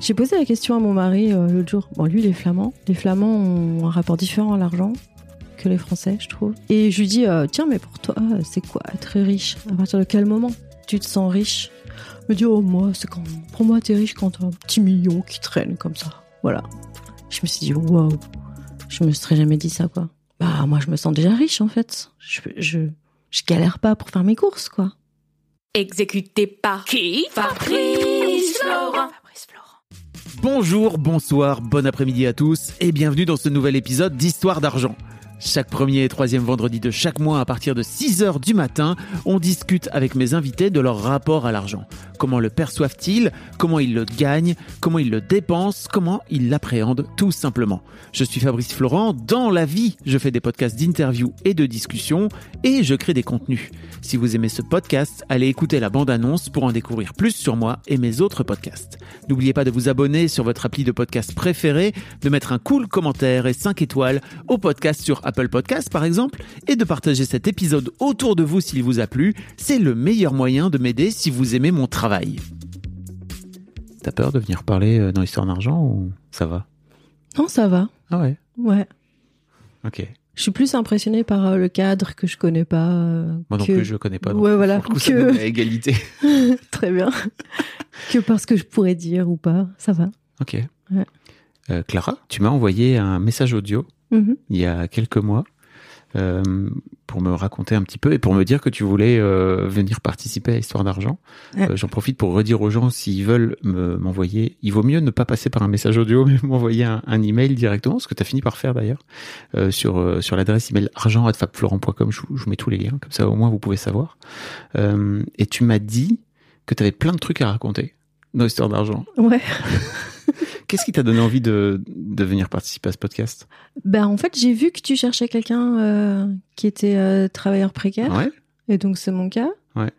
J'ai posé la question à mon mari euh, l'autre jour. Bon, lui, il est flamand. Les Flamands ont un rapport différent à l'argent que les Français, je trouve. Et je lui dis, euh, tiens, mais pour toi, c'est quoi être riche À partir de quel moment tu te sens riche Il me dit, oh, moi, c'est quand. Pour moi, t'es riche quand t'as un petit million qui traîne comme ça. Voilà. Je me suis dit, waouh, je me serais jamais dit ça, quoi. Bah, moi, je me sens déjà riche, en fait. Je, je, je galère pas pour faire mes courses, quoi. Exécuté par qui Fabrice Florent. Bonjour, bonsoir, bon après-midi à tous et bienvenue dans ce nouvel épisode d'Histoire d'argent. Chaque premier et troisième vendredi de chaque mois à partir de 6h du matin, on discute avec mes invités de leur rapport à l'argent. Comment le perçoivent-ils Comment ils le gagnent Comment ils le dépensent Comment ils l'appréhendent tout simplement Je suis Fabrice Florent, dans la vie, je fais des podcasts d'interviews et de discussions et je crée des contenus. Si vous aimez ce podcast, allez écouter la bande-annonce pour en découvrir plus sur moi et mes autres podcasts. N'oubliez pas de vous abonner sur votre appli de podcast préféré, de mettre un cool commentaire et 5 étoiles au podcast sur Apple Podcasts par exemple, et de partager cet épisode autour de vous s'il vous a plu. C'est le meilleur moyen de m'aider si vous aimez mon travail. T'as peur de venir parler euh, dans l'histoire d'argent ou ça va Non, ça va. Ah ouais, Ouais. ok. Je suis plus impressionnée par euh, le cadre que je connais pas. euh, Moi non que- plus, je le connais pas. donc Ouais, voilà, pour le coup, ça que- donne la égalité. Très bien. que parce que je pourrais dire ou pas. Ça va. Ok. Ouais. Euh, Clara, tu m'as envoyé un message audio Mhm. il y a quelques mois euh, pour me raconter un petit peu et pour me dire que tu voulais euh, venir participer à Histoire d'argent. Ouais. Euh, J'en profite pour redire aux gens s'ils veulent me- m'envoyer. Il vaut mieux ne pas passer par un message audio, mais m'envoyer un, un email directement, ce que tu as fini par faire d'ailleurs, euh, sur, euh, sur l'adresse email argent.fabflorent.com. Je, vous- je vous mets tous les liens, comme ça au moins vous pouvez savoir. Euh, et tu m'as dit que tu avais plein de trucs à raconter dans Histoire d'argent. Ouais. Qu'est-ce qui t'a donné envie de, de venir participer à ce podcast Ben, en fait, j'ai vu que tu cherchais quelqu'un euh, qui était euh, travailleur précaire. Ouais. Et donc, c'est mon cas. Ouais.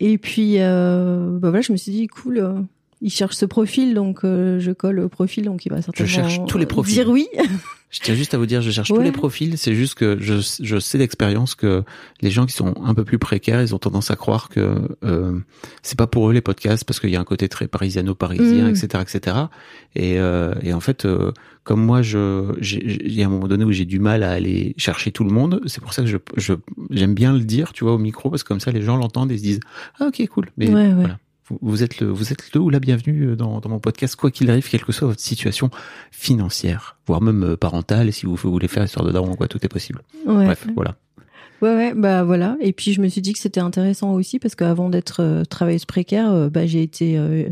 Et puis, euh, ben voilà, je me suis dit, cool, euh, il cherche ce profil, donc euh, je colle au profil, donc il va certainement cherche tous les euh, profils. dire oui. Je tiens juste à vous dire, je cherche tous Ouais. les profils. C'est juste que je, je sais d'expérience que les gens qui sont un peu plus précaires, ils ont tendance à croire que euh, c'est pas pour eux les podcasts parce qu'il y a un côté très parisiano-parisien, Mm. etc., etc. Et, euh, et en fait, euh, comme moi, je j'ai- j'ai- il y a un moment donné où j'ai du mal à aller chercher tout le monde. C'est pour ça que je je- j'aime bien le dire, tu vois, au micro parce que comme ça, les gens l'entendent et se disent ah ok cool. Mais Ouais, ouais. voilà. Vous- Vous êtes, le, vous êtes le ou la bienvenue euh, dans, dans mon podcast, quoi qu'il arrive, quelle que soit votre situation financière, voire même euh, parentale, si vous voulez faire histoire de daron, quoi, tout est possible. Ouais. Bref, voilà. Ouais, ouais, bah voilà. Et puis je me suis dit que c'était intéressant aussi parce qu'avant d'être euh, travailleuse précaire, euh, bah, j'ai été euh,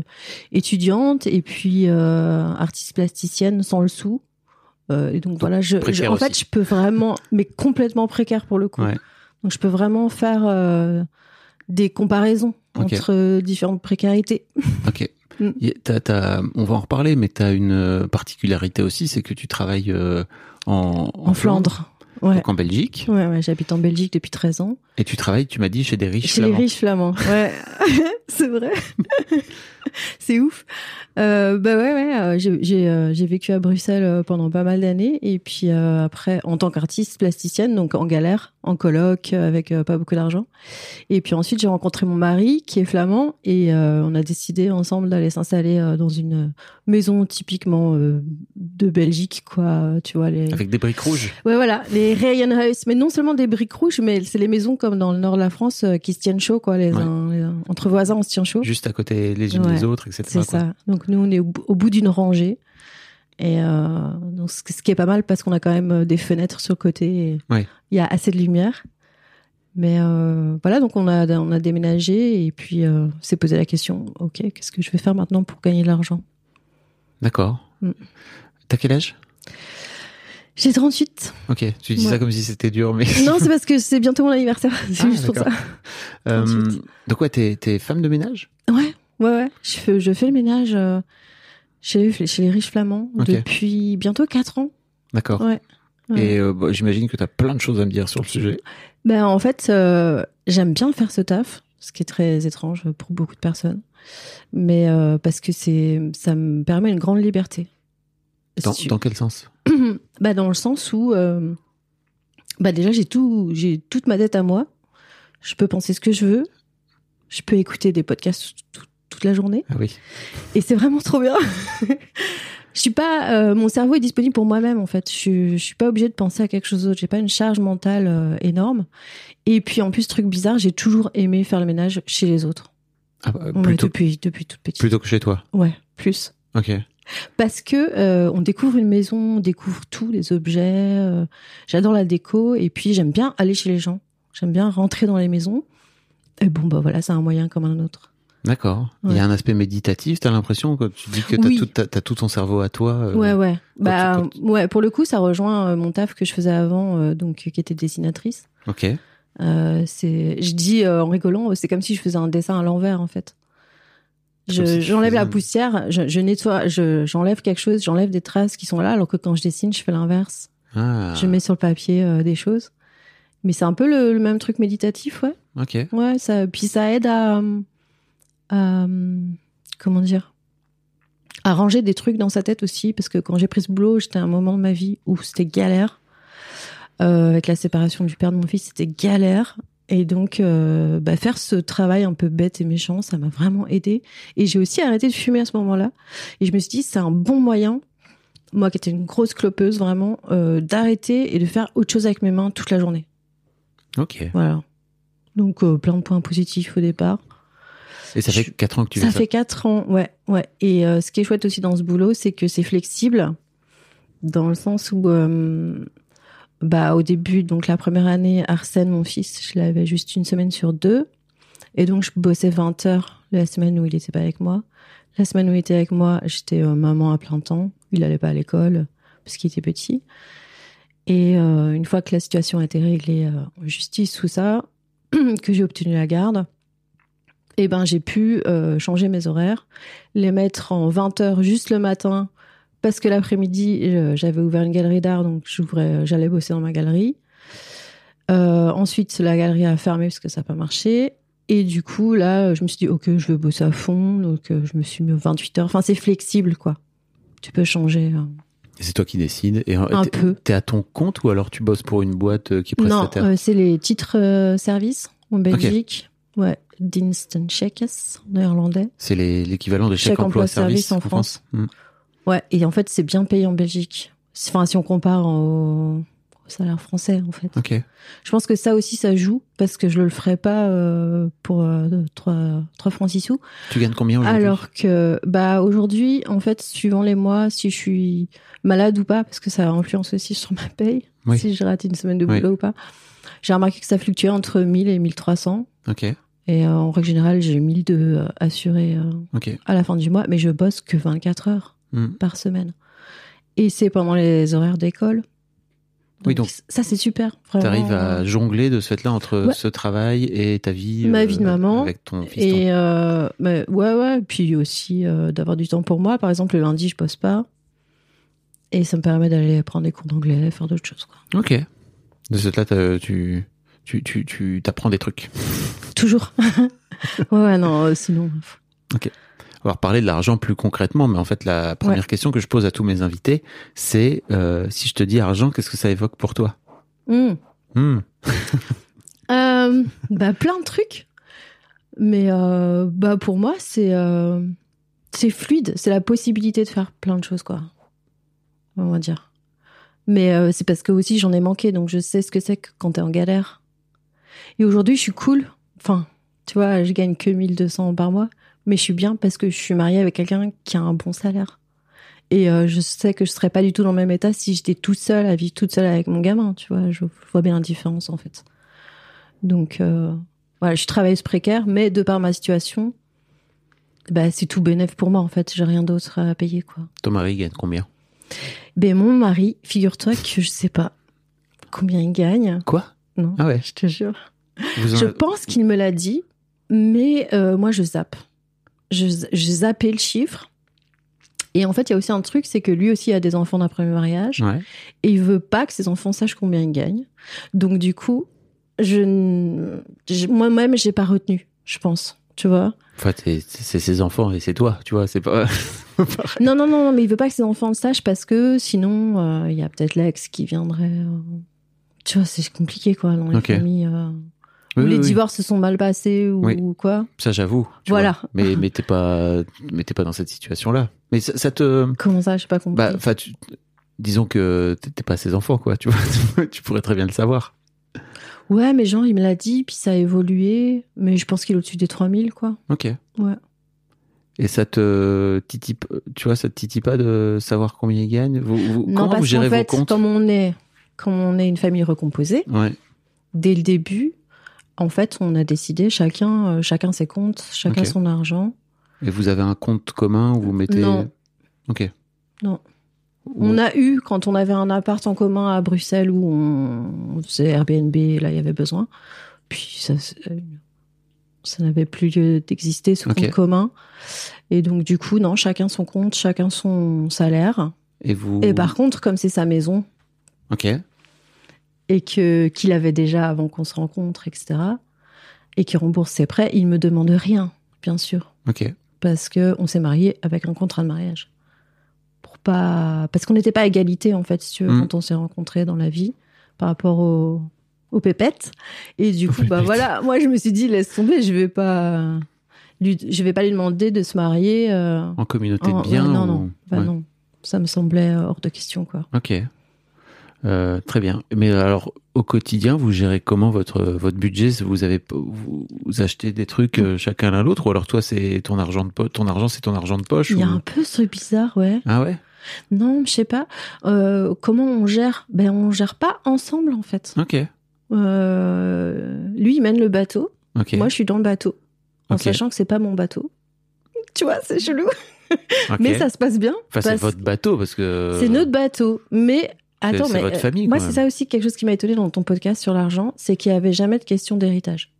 étudiante et puis euh, artiste plasticienne sans le sou. Euh, et donc, voilà, je, je- précaire en fait, aussi. je peux vraiment, mais complètement précaire pour le coup. Ouais. Donc je peux vraiment faire euh, des comparaisons Ok. entre euh, différentes précarités. Ok. Mm. Y- t'as- t'as- on va en reparler, mais tu as une euh, particularité aussi, c'est que tu travailles euh, en, En, Flandre. Ouais. donc en Belgique, Ouais, ouais, j'habite en Belgique depuis 13 ans. et tu travailles, tu m'as dit, chez des riches Chez les flamands. riches flamands. Ouais, c'est vrai. c'est ouf. Euh, bah ouais, ouais. euh, j'ai- J'ai euh, j'ai vécu à Bruxelles euh, pendant pas mal d'années et puis euh, après, en tant qu'artiste plasticienne, donc en galère, en coloc, euh, avec euh, pas beaucoup d'argent. Et puis ensuite, j'ai rencontré mon mari qui est flamand et euh, on a décidé ensemble d'aller s'installer euh, dans une maison typiquement euh, de Belgique, quoi. euh, Tu vois les. Avec des briques rouges. Ouais, voilà, les Reihenhuis. Mais non seulement des briques rouges, mais c'est les maisons comme dans le nord de la France euh, qui se tiennent chaud, quoi. Les Ouais. uns- les uns- entre voisins, on se tient chaud. Juste à côté les unes Ouais, des autres, etc. C'est quoi. ça. Donc nous, on est au, bou- au bout d'une rangée. Et euh, donc, ce, ce qui est pas mal parce qu'on a quand même euh, des fenêtres sur le côté. et Ouais. Il y a assez de lumière. Mais euh, voilà, donc on a, on a déménagé et puis euh, on s'est posé la question ok, qu'est-ce que je vais faire maintenant pour gagner de l'argent D'accord. Mm. T'as quel âge J'ai 38. Ok, tu dis Ouais. ça comme si c'était dur, mais. non, c'est parce que c'est bientôt mon anniversaire. C'est Ah, juste pour ça. d'accord. Euh, 38. de quoi t'es, t'es femme de ménage Ouais, ouais, ouais. Je fais, je fais le ménage euh, chez, les- chez les riches flamands Ok. depuis bientôt 4 ans. D'accord. Ouais. Ouais. Et euh, bah, j'imagine que t'as plein de choses à me dire sur le sujet. Ben, en fait, euh, j'aime bien faire ce taf, ce qui est très étrange pour beaucoup de personnes. Mais euh, parce que c'est, ça me permet une grande liberté. Dans, Si- dans quel sens bah, dans le sens où euh, bah, déjà j'ai tout j'ai toute ma tête à moi je peux penser ce que je veux je peux écouter des podcasts tout- tout- toute, toute la journée. Ah oui. Et c'est vraiment trop bien. je suis pas, euh, mon cerveau est disponible pour moi-même en fait. Je, suis- je suis pas obligée de penser à quelque chose d'autre. J'ai pas une charge mentale euh, énorme. Et puis en plus, truc bizarre, j'ai toujours aimé faire le ménage chez les autres. Ah, bah, Ouais, plutôt, depuis, depuis toute petite. plutôt que chez toi. Ouais, plus. Ok. Parce que euh, on découvre une maison, on découvre tout, les objets. euh, J'adore la déco et puis j'aime bien aller chez les gens. J'aime bien rentrer dans les maisons. Et bon bah voilà, c'est un moyen comme un autre. D'accord. Il y Ouais. a un aspect méditatif, t'as l'impression que tu dis que t'as Oui. tout, t'as- t'as tout ton cerveau à toi. euh, Ouais, ouais. Bah, quand- ouais, pour le coup, ça rejoint euh, mon taf que je faisais avant, euh, donc euh, qui était dessinatrice. Ok. Euh, c'est, je dis euh, en rigolant, euh, c'est comme si je faisais un dessin à l'envers, en fait. Comme si Je- tu J'enlève faisais la un- poussière, je, je nettoie, je- j'enlève quelque chose, j'enlève des traces qui sont là, alors que quand je dessine, je fais l'inverse. Ah. Je mets sur le papier euh, des choses. Mais c'est un peu le, le même truc méditatif, ouais. Ok. Ouais, ça, puis ça aide à, euh, à, euh, comment dire, à ranger des trucs dans sa tête aussi, parce que quand j'ai pris ce boulot, j'étais à un moment de ma vie où c'était galère. Euh, avec la séparation du père de mon fils, c'était galère. Et donc, euh, bah, faire ce travail un peu bête et méchant, ça m'a vraiment aidé. Et j'ai aussi arrêté de fumer à ce moment-là. Et je me suis dit, c'est un bon moyen, moi qui étais une grosse clopeuse vraiment, euh, d'arrêter et de faire autre chose avec mes mains toute la journée. Ok. Voilà. Donc euh, plein de points positifs au départ. Et ça fait Je- 4 ans que tu fais ça ça. fait quatre ans, ouais, ouais. Et euh, ce qui est chouette aussi dans ce boulot, c'est que c'est flexible, dans le sens où, euh, bah, au début, donc la première année, Arsène, mon fils, je l'avais juste une semaine sur deux, et donc je bossais 20 heures la semaine où il n'était pas avec moi. La semaine où il était avec moi, j'étais euh, maman à plein temps. Il n'allait pas à l'école parce qu'il était petit. Et euh, une fois que la situation a été réglée euh, en justice, tout ça, que j'ai obtenu la garde, eh ben, j'ai pu euh, changer mes horaires, les mettre en 20 heures juste le matin, parce que l'après-midi, euh, j'avais ouvert une galerie d'art, donc j'ouvrais, j'allais bosser dans ma galerie. Euh, ensuite, la galerie a fermé parce que ça n'a pas marché. Et du coup, là, euh, je me suis dit, OK, je veux bosser à fond. Donc, euh, je me suis mis aux 28 heures. Enfin, c'est flexible, quoi. Tu peux changer hein, Et C'est toi qui décides. Et euh, un t'es- peu. t'es à ton compte ou alors tu bosses pour une boîte euh, qui est Non, prestataire euh, c'est les titres euh, services en Belgique. Ouais, d'instant checks, néerlandais. C'est les- l'équivalent de chaque, Chaque emploi service, service en France. Hmm. Ouais, et en fait, c'est bien payé en Belgique. Enfin, si on compare au, au salaire français, en fait. Ok. Je pense que ça aussi, ça joue, parce que je le ferais pas euh, pour euh, trois trois francs six sous. Tu gagnes combien aujourd'hui Alors que, bah, aujourd'hui, en fait, suivant les mois, si je suis malade ou pas, parce que ça influence aussi sur ma paye, Oui. si j'ai raté une semaine de Oui. boulot ou pas, j'ai remarqué que ça fluctuait entre 1000 et 1300. Ok. Et euh, en règle générale, j'ai 1002 euh, assurés euh, Ok. à la fin du mois, mais je bosse que 24 heures Hmm. par semaine. Et c'est pendant les horaires d'école. Oui, donc- ça c'est super. Vraiment. T'arrives à jongler de ce fait-là entre Euh, Ouais. ce travail et ta vie. euh, Ma vie de maman Avec ton fils. Et euh, mais ouais, ouais. Puis aussi euh, d'avoir du temps pour moi. Par exemple, le lundi, je bosse pas. Et ça me permet d'aller prendre des cours d'anglais, faire d'autres choses. Quoi. Ok. De ce fait-là, t'as- tu. Tu, tu, tu t'apprends des trucs. Toujours. ouais, ouais, non, euh, sinon. pff. On va reparler de l'argent plus concrètement, mais en fait, la première question que je pose à tous mes invités, c'est euh, si je te dis argent, qu'est-ce que ça évoque pour toi Hmm. Hmm. Euh, bah, plein de trucs. Mais euh, bah, pour moi, c'est euh, c'est fluide. C'est la possibilité de faire plein de choses, quoi. On va dire. Mais euh, c'est parce que aussi, j'en ai manqué. Donc, je sais ce que c'est que quand t'es en galère. Et aujourd'hui, je suis cool. Enfin, tu vois, je gagne que 1200 par mois. Mais je suis bien parce que je suis mariée avec quelqu'un qui a un bon salaire. Et euh, je sais que je serais pas du tout dans le même état si j'étais tout seule à vivre toute seule avec mon gamin. Tu vois, je vois bien la différence, en fait. Donc euh, voilà, je suis travailleuse précaire, mais de par ma situation, bah, c'est tout bénéf pour moi en fait. J'ai rien d'autre à payer quoi. Ton mari gagne combien Ben mon mari, figure-toi que je sais pas combien il gagne. Quoi Non. Ah ouais. Je te jure. Vous en- Je pense qu'il me l'a dit, mais euh, moi je zappe. Je, je zappais le chiffre. Et en fait, il y a aussi un truc, c'est que lui aussi a des enfants d'un premier mariage. Ouais. et il veut pas que ses enfants sachent combien ils gagnent. Donc du coup, je, n- je- moi-même j'ai pas retenu, je pense. Tu vois Enfin, t'es- c'est ses enfants et c'est toi, tu vois. C'est pas. non, non, non, non, mais il veut pas que ses enfants le sachent parce que sinon, euh, il y a peut-être l'ex qui viendrait. euh, Tu vois, c'est compliqué quoi dans les Ok. familles. euh. Ou Oui, les oui, oui. divorces se sont mal passés ou, Oui. ou quoi. Ça, j'avoue. tu Voilà. vois. Mais, mais t'es pas, mais t'es pas dans cette situation-là. Mais ça, ça te. Comment ça, j'ai pas compris. Bah, enfin, tu- disons que t'es t'es pas ses enfants, quoi. Tu vois, tu pourrais très bien le savoir. Ouais, mais genre, il me l'a dit, puis ça a évolué. Mais je pense qu'il est au-dessus des 3000, quoi. Ok. Ouais. Et ça te titille, p- tu vois, ça te titille pas de savoir combien il gagne vous, vous- non, Comment vous parce qu'en gérez vos fait, comptes comme on est, comme on est une famille recomposée, Ouais, dès le début, en fait, on a décidé chacun, euh, chacun ses comptes, chacun Ok. son argent. Et vous avez un compte commun où vous mettez. Non. Ok. Non. Où- On a eu, quand on avait un appart en commun à Bruxelles où on, on faisait Airbnb, là, il y avait besoin. Puis ça, c'est- ça n'avait plus lieu d'exister, ce Ok. compte commun. Et donc, du coup, non, chacun son compte, chacun son salaire. Et vous. Et bah. par contre, comme c'est sa maison Ok. et que qu'il avait déjà avant qu'on se rencontre, etc., et qu'il rembourse ses prêts, il me demande rien, bien sûr, Ok. parce que on s'est marié avec un contrat de mariage. Pour pas, parce qu'on n'était pas à égalité en fait, si tu veux, Mm. quand on s'est rencontrés dans la vie, par rapport au- aux pépettes. Et du Aux coup, bah pépettes. voilà, moi je me suis dit laisse tomber, je vais pas, lui, je vais pas lui demander de se marier. euh, En communauté en- de biens ouais, non, ou- non, bah Ouais. non, ça me semblait euh, hors de question quoi. Ok. Euh, très bien. Mais alors, au quotidien, vous gérez comment votre, votre budget vous, avez, vous, vous achetez des trucs euh, chacun l'un l'autre Ou alors toi, c'est ton argent de poche Ton argent, c'est ton argent de poche Il y a ou- un peu ce truc bizarre, ouais. Ah ouais Non, je sais pas. Euh, comment on gère Ben, on gère pas ensemble en fait. Ok. Euh, lui, il mène le bateau. Ok. Moi, je suis dans le bateau, en Ok. sachant que c'est pas mon bateau. Tu vois, c'est chelou. Ok. Mais ça se passe bien. Enfin, c'est parce- votre bateau parce que. C'est notre bateau. Mais attends, c'est mais votre euh, famille, moi, quand c'est même. ça aussi quelque chose qui m'a étonné dans ton podcast sur l'argent, c'est qu'il y avait jamais de question d'héritage.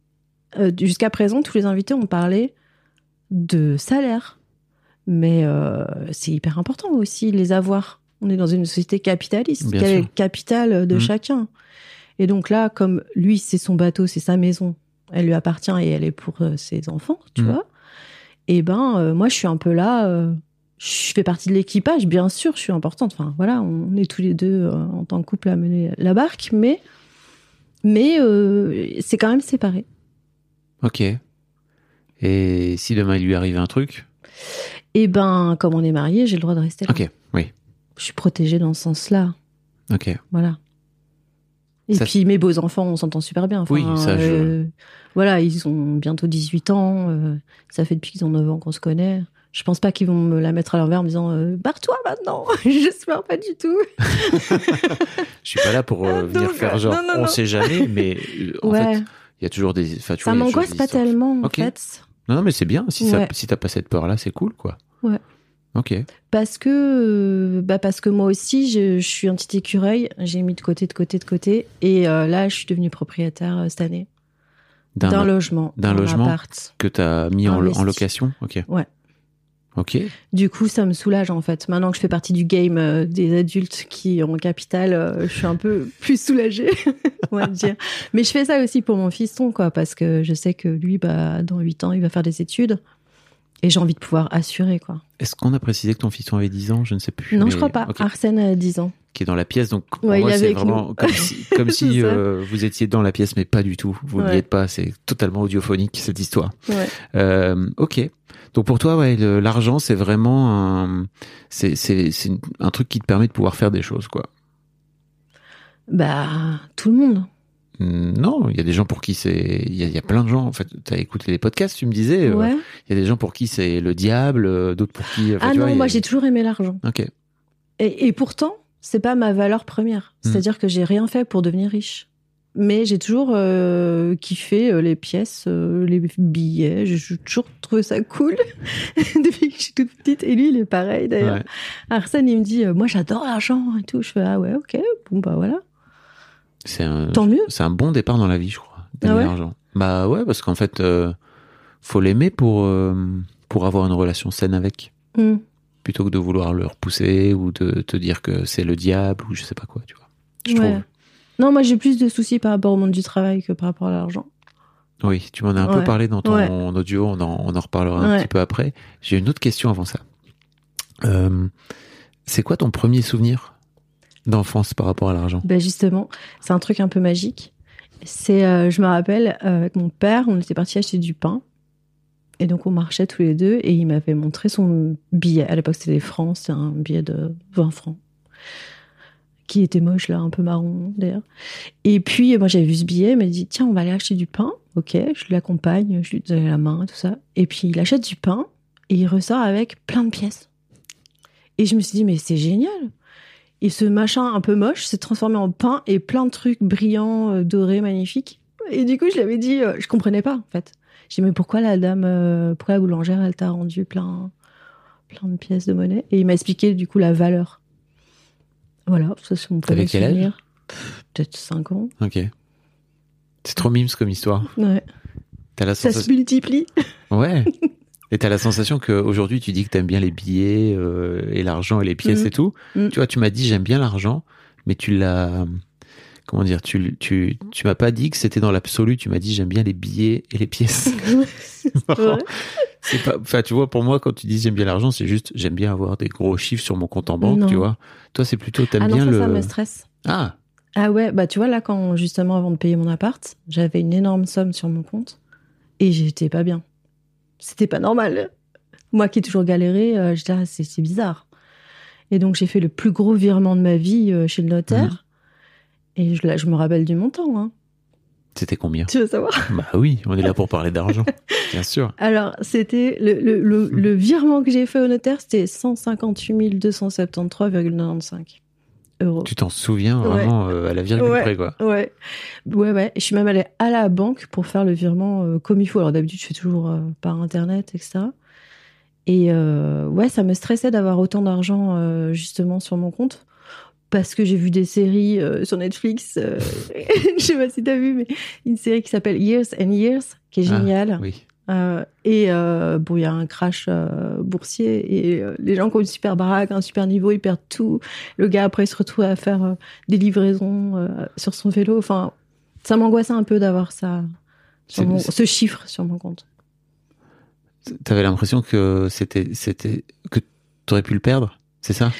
Euh, Jusqu'à présent, tous les invités ont parlé de salaire, mais euh, c'est hyper important aussi les avoir. On est dans une société capitaliste, Bien quel est sûr. le capital de Mhm. chacun. Et donc là, comme lui, c'est son bateau, c'est sa maison, elle lui appartient et elle est pour euh, ses enfants, tu Mhm. vois. Et ben, euh, moi, je suis un peu là. euh, je fais partie de l'équipage, bien sûr, je suis importante. Enfin, voilà, on est tous les deux euh, en tant que couple à mener la barque, mais, mais euh, c'est quand même séparé. Ok. Et si demain il lui arrive un truc Et ben, comme on est mariés, j'ai le droit de rester là. Ok, oui. Je suis protégée dans ce sens-là, Ok. voilà. Et Ça- puis mes beaux enfants, on s'entend super bien. Enfin, Oui, ça, je- euh, voilà, ils ont bientôt 18 ans. euh, ça fait depuis qu'ils ont 9 ans qu'on se connaît. Je pense pas qu'ils vont me la mettre à l'envers en me disant euh, barre-toi maintenant. J'espère pas du tout. Je suis pas là pour euh, venir Donc, faire euh, genre non, non, on non. sait jamais, mais euh, en ouais. fait, il y a toujours des. enfin, tu Ça vois, il y a toujours m'angoisse des pas histoires. tellement, en Ok. fait. Non, non, mais c'est bien. Si, ça- Ouais. si t'as pas cette peur-là, c'est cool, quoi. Ouais. Ok. Parce que, euh, bah parce que moi aussi, je, je suis un petit écureuil. J'ai mis de côté, de côté, de côté. Et euh, là, je suis devenue propriétaire euh, cette année. D'un D'un logement. d'un logement. appart. que t'as mis en, Investi. en location Ok. Ouais. Ok. Du coup, ça me soulage, en fait. Maintenant que je fais partie du game euh, des adultes qui ont capital, euh, je suis un peu plus soulagée, on va dire. Mais je fais ça aussi pour mon fiston, quoi. Parce que je sais que lui, bah, dans 8 ans, il va faire des études. Et j'ai envie de pouvoir assurer, quoi. Est-ce qu'on a précisé que ton fiston avait 10 ans Je ne sais plus. Non, mais- je crois pas. ok. Arsène a 10 ans. Qui est dans la pièce, donc pour Ouais, il moi, est c'est avec vraiment nous. comme si, comme C'est si ça. euh, vous étiez dans la pièce, mais pas du tout. Vous n'y Ouais. êtes pas. C'est totalement audiophonique, cette histoire. Ouais. Euh, ok. Donc pour toi, ouais, le- l'argent, c'est vraiment un, c'est, c'est, c'est une- un truc qui te permet de pouvoir faire des choses, quoi. Bah, tout le monde. Hmm, Non, il y a des gens pour qui c'est, il y, a- il y a plein de gens. En fait, t'as écouté les podcasts, tu me disais. euh, Ouais. Il y a des gens pour qui c'est le diable, euh, d'autres pour qui. enfin, ah tu vois, non, il y a- moi j'ai toujours aimé l'argent. Ok. Et, et pourtant, c'est pas ma valeur première. Hmm. C'est-à-dire que j'ai rien fait pour devenir riche. Mais j'ai toujours euh, kiffé euh, les pièces, euh, les billets. J'ai j'ai toujours trouvé ça cool depuis que je suis toute petite. Et lui, il est pareil d'ailleurs. Ouais. Arsène, il me dit euh, Moi j'adore l'argent et tout. Je fais Ah ouais, ok, bon bah voilà. C'est un, Tant mieux. c'est un bon départ dans la vie, je crois. d'aimer Ah ouais l'argent. Bah ouais, parce qu'en fait, euh, faut l'aimer pour euh, pour avoir une relation saine avec. Hmm. plutôt que de vouloir le repousser ou de te dire que c'est le diable ou je sais pas quoi, tu vois. Je Ouais. trouve. Non, moi j'ai plus de soucis par rapport au monde du travail que par rapport à l'argent. Oui, tu m'en as un peu Ouais. parlé dans ton Ouais. audio, on en, on en reparlera un Ouais. petit peu après. J'ai une autre question avant ça. Euh, c'est quoi ton premier souvenir d'enfance par rapport à l'argent Bah, Ben justement, c'est un truc un peu magique. C'est, euh, je me rappelle, euh, avec mon père, on était parti acheter du pain. Et donc, on marchait tous les deux et il m'avait montré son billet. À l'époque, c'était des francs, c'était un billet de 20 francs. Qui était moche, là, un peu marron, d'ailleurs. Et puis, euh, moi, j'avais vu ce billet, il m'a dit Tiens, on va aller acheter du pain. Ok, je l'accompagne, je lui donne la main, tout ça. Et puis, il achète du pain et il ressort avec plein de pièces. Et je me suis dit Mais c'est génial et ce machin un peu moche s'est transformé en pain et plein de trucs brillants, euh, dorés, magnifiques. Et du coup, je l'avais dit, euh, je comprenais pas en fait. J'ai dit, mais pourquoi la dame, euh, pourquoi la boulangère, elle t'a rendu plein, plein de pièces de monnaie Et il m'a expliqué du coup la valeur. Voilà, ça c'est mon premier T'avais quel âge souvenir. Pff, Peut-être 5 ans. Ok. C'est trop mimes comme histoire. Ouais. T'as la Ça sensation. se multiplie. Ouais. Et t'as la sensation qu'aujourd'hui, tu dis que t'aimes bien les billets euh, et l'argent et les pièces Mhm. et tout. Mhm. Tu vois, tu m'as dit j'aime bien l'argent, mais tu l'as. Comment dire Tu, l- tu, tu m'as pas dit que c'était dans l'absolu, tu m'as dit j'aime bien les billets et les pièces. Ouais. C'est pas- Enfin, tu vois, pour moi, quand tu dis j'aime bien l'argent, c'est juste j'aime bien avoir des gros chiffres sur mon compte en banque, Non. tu vois. Toi, c'est plutôt t'aimes Ah non, bien ça, le. ça me stresse. ah, Ah ouais, bah tu vois, là, quand justement avant de payer mon appart, j'avais une énorme somme sur mon compte et j'étais pas bien. C'était pas normal. Moi qui ai toujours galéré, euh, j'étais là, c'est c'est bizarre. Et donc j'ai fait le plus gros virement de ma vie euh, chez le notaire et je, là, je me rappelle du montant. hein. c'était combien Tu veux savoir Bah oui, on est là pour parler d'argent, bien sûr. Alors, c'était le, le- le- le virement que j'ai fait au notaire, c'était 158 273,95 euros. Tu t'en souviens vraiment euh, à la virgule Ouais. près, quoi. Ouais, ouais, ouais. Je suis même allée à la banque pour faire le virement euh, comme il faut. Alors d'habitude, je fais toujours euh, par internet, etc. Et euh, ouais, ça me stressait d'avoir autant d'argent euh, justement sur mon compte parce que j'ai vu des séries euh, sur Netflix. euh, je sais pas si t'as vu, mais une série qui s'appelle Years and Years qui est Ah, géniale. Oui. Euh, et euh, bon, il y a un crash euh, boursier et euh, les gens qui ont une super baraque, un super niveau, ils perdent tout. Le gars, après, il se retrouve à faire euh, des livraisons euh, sur son vélo. Enfin, ça m'angoissait un peu d'avoir ça, sur C'est- mon- c'est- ce chiffre sur mon compte. T'avais l'impression que c'était, c'était, que t'aurais pu le perdre, c'est ça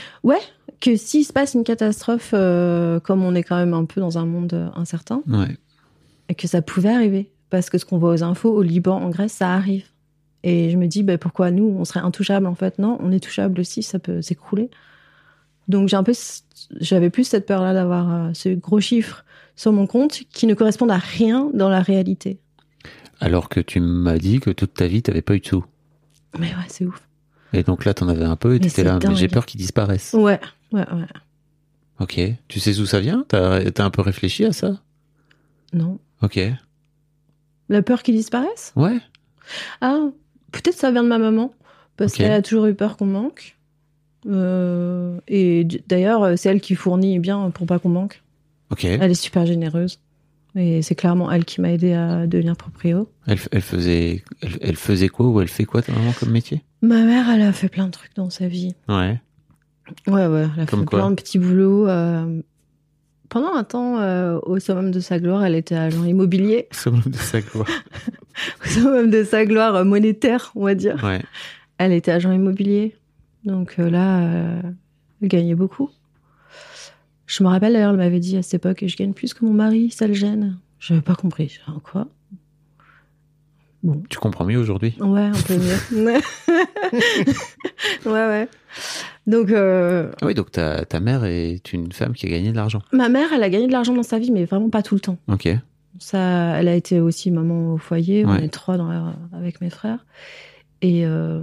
Que s'il se passe une catastrophe, euh, comme on est quand même un peu dans un monde euh, incertain, Ouais. et que ça pouvait arriver. Parce que ce qu'on voit aux infos, au Liban, en Grèce, ça arrive. Et je me dis, ben, pourquoi nous, on serait intouchables en fait Non, on est touchables aussi, ça peut s'écrouler. Donc j'ai un peu, c- j'avais plus cette peur-là d'avoir euh, ce gros chiffre sur mon compte qui ne correspond à rien dans la réalité. Alors que tu m'as dit que toute ta vie, t'avais pas eu de sous. Mais ouais, c'est ouf. Et donc là, t'en avais un peu et Mais t'étais c'est là, mais dingue. j'ai peur qu'ils disparaissent. Ouais, ouais, ouais. Ok. Tu sais d'où ça vient T'as, t'as un peu réfléchi à ça Non. Ok. La peur qu'ils disparaissent Ouais. Ah, peut-être ça vient de ma maman, parce Ok. qu'elle a toujours eu peur qu'on manque. Euh, et d- d'ailleurs, euh, c'est elle qui fournit bien pour pas qu'on manque. Ok. Elle est super généreuse. Et c'est clairement elle qui m'a aidé à devenir proprio. Elle, elle faisait, elle, elle faisait quoi ou elle fait quoi ta maman comme métier Ma mère, elle a fait plein de trucs dans sa vie. Ouais. Ouais, ouais, elle a Comme fait quoi plein de petits boulots. euh, Pendant un temps, euh, au summum de sa gloire, elle était agent immobilier. de sa gloire. Au summum de sa gloire euh, monétaire, on va dire. Ouais. Elle était agent immobilier. Donc euh, là, euh, elle gagnait beaucoup. Je me rappelle d'ailleurs, elle m'avait dit à cette époque Je gagne plus que mon mari, ça le gêne. Je n'avais pas compris. Je dis, Ah, Quoi Tu comprends mieux aujourd'hui Ouais, un peu mieux. ouais, ouais. Donc, euh, Ah oui, donc ta, ta mère est une femme qui a gagné de l'argent. ma mère, elle a gagné de l'argent dans sa vie, mais vraiment pas tout le temps. Ok. Ça, elle a été aussi maman au foyer. On Ouais. est trois dans la- avec mes frères. Et euh,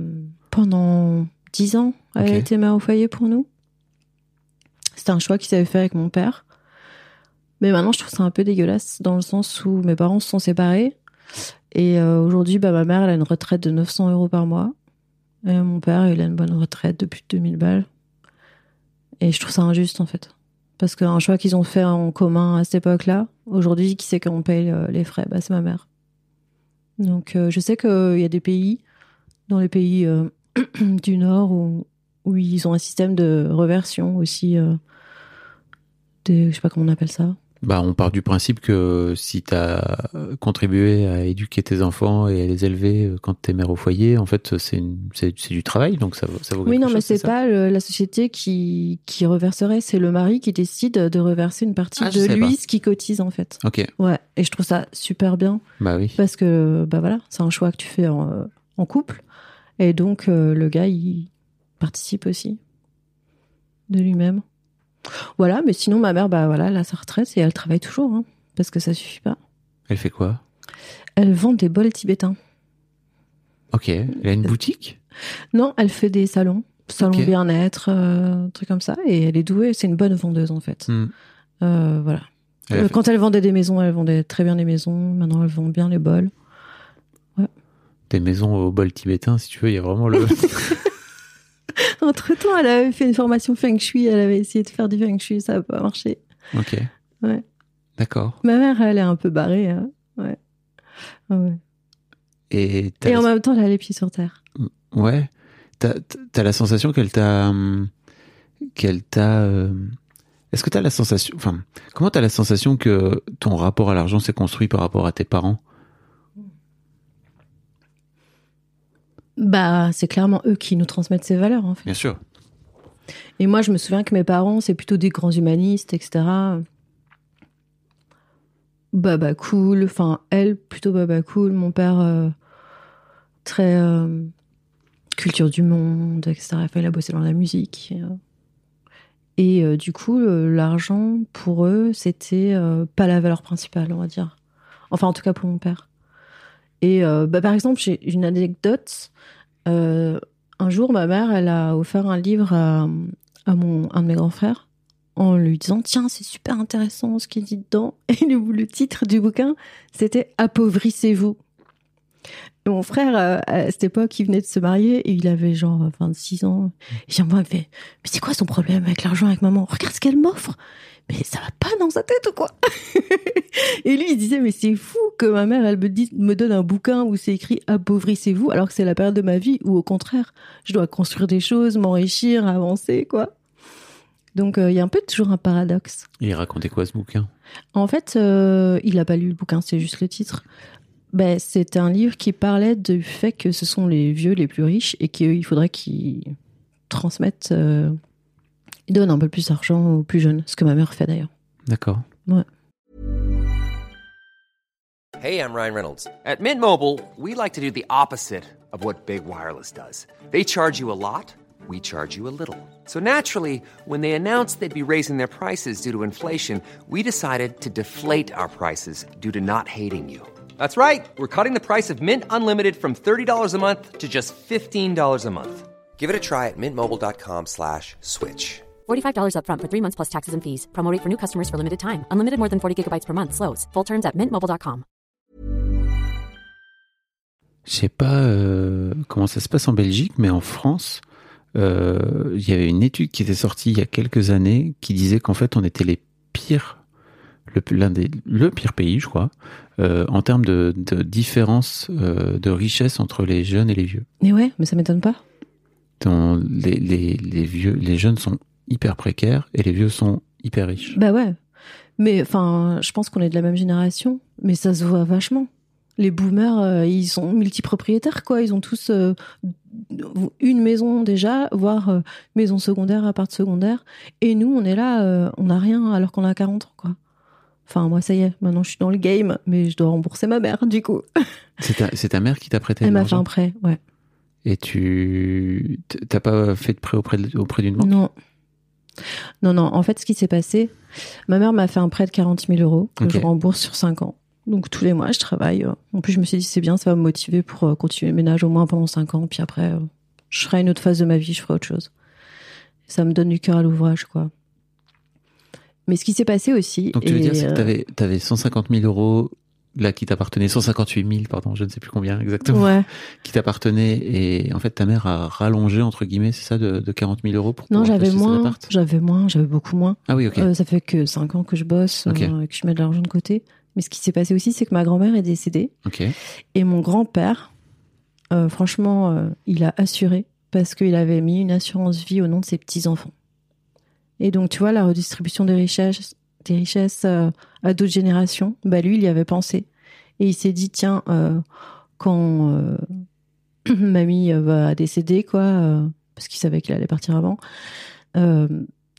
pendant dix ans, elle Ok. a été mère au foyer pour nous. C'était un choix qu'ils avaient fait avec mon père. Mais maintenant, je trouve ça un peu dégueulasse dans le sens où mes parents se sont séparés. Et euh, aujourd'hui, bah, ma mère, elle a une retraite de 900 euros par mois. Et mon père, il a une bonne retraite de plus de 2000 balles. Et je trouve ça injuste, en fait. Parce qu'un choix qu'ils ont fait en commun à cette époque-là, aujourd'hui, qui sait qu'on paye euh, les frais bah, C'est ma mère. Donc, euh, je sais qu'il y a des pays, dans les pays euh, du Nord, où, où ils ont un système de reversion aussi. euh, des, je sais pas comment on appelle ça. Bah, on part du principe que si tu as contribué à éduquer tes enfants et à les élever euh, quand tu es mère au foyer, en fait, c'est une- c'est c'est du travail, donc ça, vaut- ça vaut Oui, quelque non, chose, mais c'est ça pas le- la société qui, qui reverserait, c'est le mari qui décide de reverser une partie Ah, je de savais lui, pas. ce qu'il cotise en fait. Ok, Ouais, et je trouve ça super bien bah oui. parce que bah voilà, c'est un choix que tu fais en, euh, en couple et donc euh, le gars il participe aussi de lui-même. Voilà, mais sinon ma mère bah voilà, elle a sa retraite et elle travaille toujours hein, parce que ça suffit pas. Elle fait quoi Elle vend des bols tibétains. Ok, elle a une Euh, boutique Non, elle fait des salons, salons Ok. bien-être, euh, trucs comme ça et elle est douée, c'est une bonne vendeuse en fait. Hmm. Euh, voilà. Elle a Euh, fait- Quand elle vendait des maisons, elle vendait très bien les maisons. Maintenant, elle vend bien les bols. Des maisons au bol tibétain, si tu veux, il y a vraiment le. Entre temps, elle avait fait une formation feng shui. Elle avait essayé de faire du feng shui, ça n'a pas marché. ok. Ouais. D'accord. Ma mère, elle est un peu barrée. hein. Ouais. Ah Ouais. Et t'as Et la- en même temps, elle a les pieds sur terre. Ouais. T'as as la sensation qu'elle t'a. hum, Qu'elle t'a. euh, Est-ce que t'as la sensation. Enfin, comment t'as la sensation que ton rapport à l'argent s'est construit par rapport à tes parents Bah, c'est clairement eux qui nous transmettent ces valeurs, en fait. Bien sûr. Et moi, je me souviens que mes parents, c'est plutôt des grands humanistes, etc. Baba cool, enfin, elle, plutôt baba cool. Mon père, euh, très euh, culture du monde, etc. Enfin, il a bossé dans la musique. Et, euh, et, euh, du coup, euh, l'argent, pour eux, c'était euh, pas la valeur principale, on va dire. Enfin, en tout cas, pour mon père. Et euh, bah, par exemple, j'ai une anecdote. Euh, un jour, ma mère, elle a offert un livre à, à mon, un de mes grands frères en lui disant Tiens, c'est super intéressant ce qu'il dit dedans. Et le, le titre du bouquin, c'était Appauvrissez-vous. Et mon frère, euh, à cette époque, il venait de se marier et il avait genre 26 ans. Et j'ai moi, il me fait Mais c'est quoi son problème avec l'argent, avec maman Regarde ce qu'elle m'offre Mais ça va pas dans sa tête ou quoi Et lui, il disait Mais c'est fou que ma mère, elle me, dise- me donne un bouquin où c'est écrit Appauvrissez-vous, alors que c'est la période de ma vie où, au contraire, je dois construire des choses, m'enrichir, avancer, quoi. Donc euh, il y a un peu toujours un paradoxe. Il racontait quoi ce bouquin En fait, euh, il n'a pas lu le bouquin, c'est juste le titre. Ben, c'est un livre qui parlait du fait que ce sont les vieux les plus riches et qu'il faudrait qu'ils transmettent, euh, ils donnent un peu plus d'argent aux plus jeunes, ce que ma mère fait d'ailleurs. D'accord. Hey, I'm Ryan Reynolds. At Mint Mobile, we like to do the opposite of what Big Wireless does. They charge you a lot, we charge you a little. So naturally, when they announced they'd be raising their prices due to inflation, we decided to deflate our prices due to not hating you. That's right. We're cutting the price of Mint Unlimited from $30 a month to just $15 a month. Give it a try at mintmobile.com slash switch. $45 upfront for three months plus taxes and fees. Promo rate for new customers for limited time. Unlimited more than 40 gigabytes per month. Slows. Full terms at mintmobile.com. Je sais pas euh, comment ça se passe en Belgique, mais en France, euh, il y avait une étude qui était sortie il y a quelques années qui disait qu'en fait, on était les pires, le, l'un des, le pire pays, je crois, euh, en termes de, de différence euh, de richesse entre les jeunes et les vieux. Mais ouais, mais ça m'étonne pas. Dans les, les, les vieux, les jeunes sont hyper précaires et les vieux sont hyper riches. Bah ouais. Mais enfin, je pense qu'on est de la même génération, mais ça se voit vachement. Les boomers, euh, ils sont multipropriétaires, quoi. Ils ont tous euh, une maison déjà, voire euh, maison secondaire, appart secondaire. Et nous, on est là, euh, on n'a rien alors qu'on a 40 ans, quoi. Enfin, moi, ça y est, maintenant je suis dans le game, mais je dois rembourser ma mère, du coup. C'est ta, c'est ta mère qui t'a prêté Elle de m'a fait l'argent un prêt, ouais. et tu t'as pas fait de prêt auprès, de- auprès d'une banque Non. Non, non. En fait, ce qui s'est passé, ma mère m'a fait un prêt de 40 000 euros que Ok. je rembourse sur 5 ans. Donc, tous les mois, je travaille. euh. En plus, je me suis dit, c'est bien, ça va me motiver pour euh, continuer le ménage au moins pendant 5 ans. Puis après, euh, je ferai une autre phase de ma vie, je ferai autre chose. Ça me donne du cœur à l'ouvrage, quoi. Mais ce qui s'est passé aussi. Donc tu veux et, dire c'est que euh, t'avais avais 150 000 euros là qui t'appartenait 158 000 pardon je ne sais plus combien exactement Ouais. qui t'appartenait et en fait ta mère a rallongé entre guillemets c'est ça de, de 40 000 euros pour Non, pouvoir j'avais t'acheter cet moins. appart J'avais moins, j'avais beaucoup moins. ah oui ok Euh, ça fait que 5 ans que je bosse, Ok. euh, que je mets de l'argent de côté. Mais ce qui s'est passé aussi, c'est que ma grand-mère est décédée. ok Et mon grand-père, euh, franchement, euh, il a assuré parce qu'il avait mis une assurance vie au nom de ses petits-enfants. Et donc, tu vois, la redistribution des richesses, des richesses euh, à d'autres générations, bah lui, il y avait pensé. Et il s'est dit, tiens, euh, quand euh, mamie euh, va décéder, quoi, euh, parce qu'il savait qu'il allait partir avant, euh,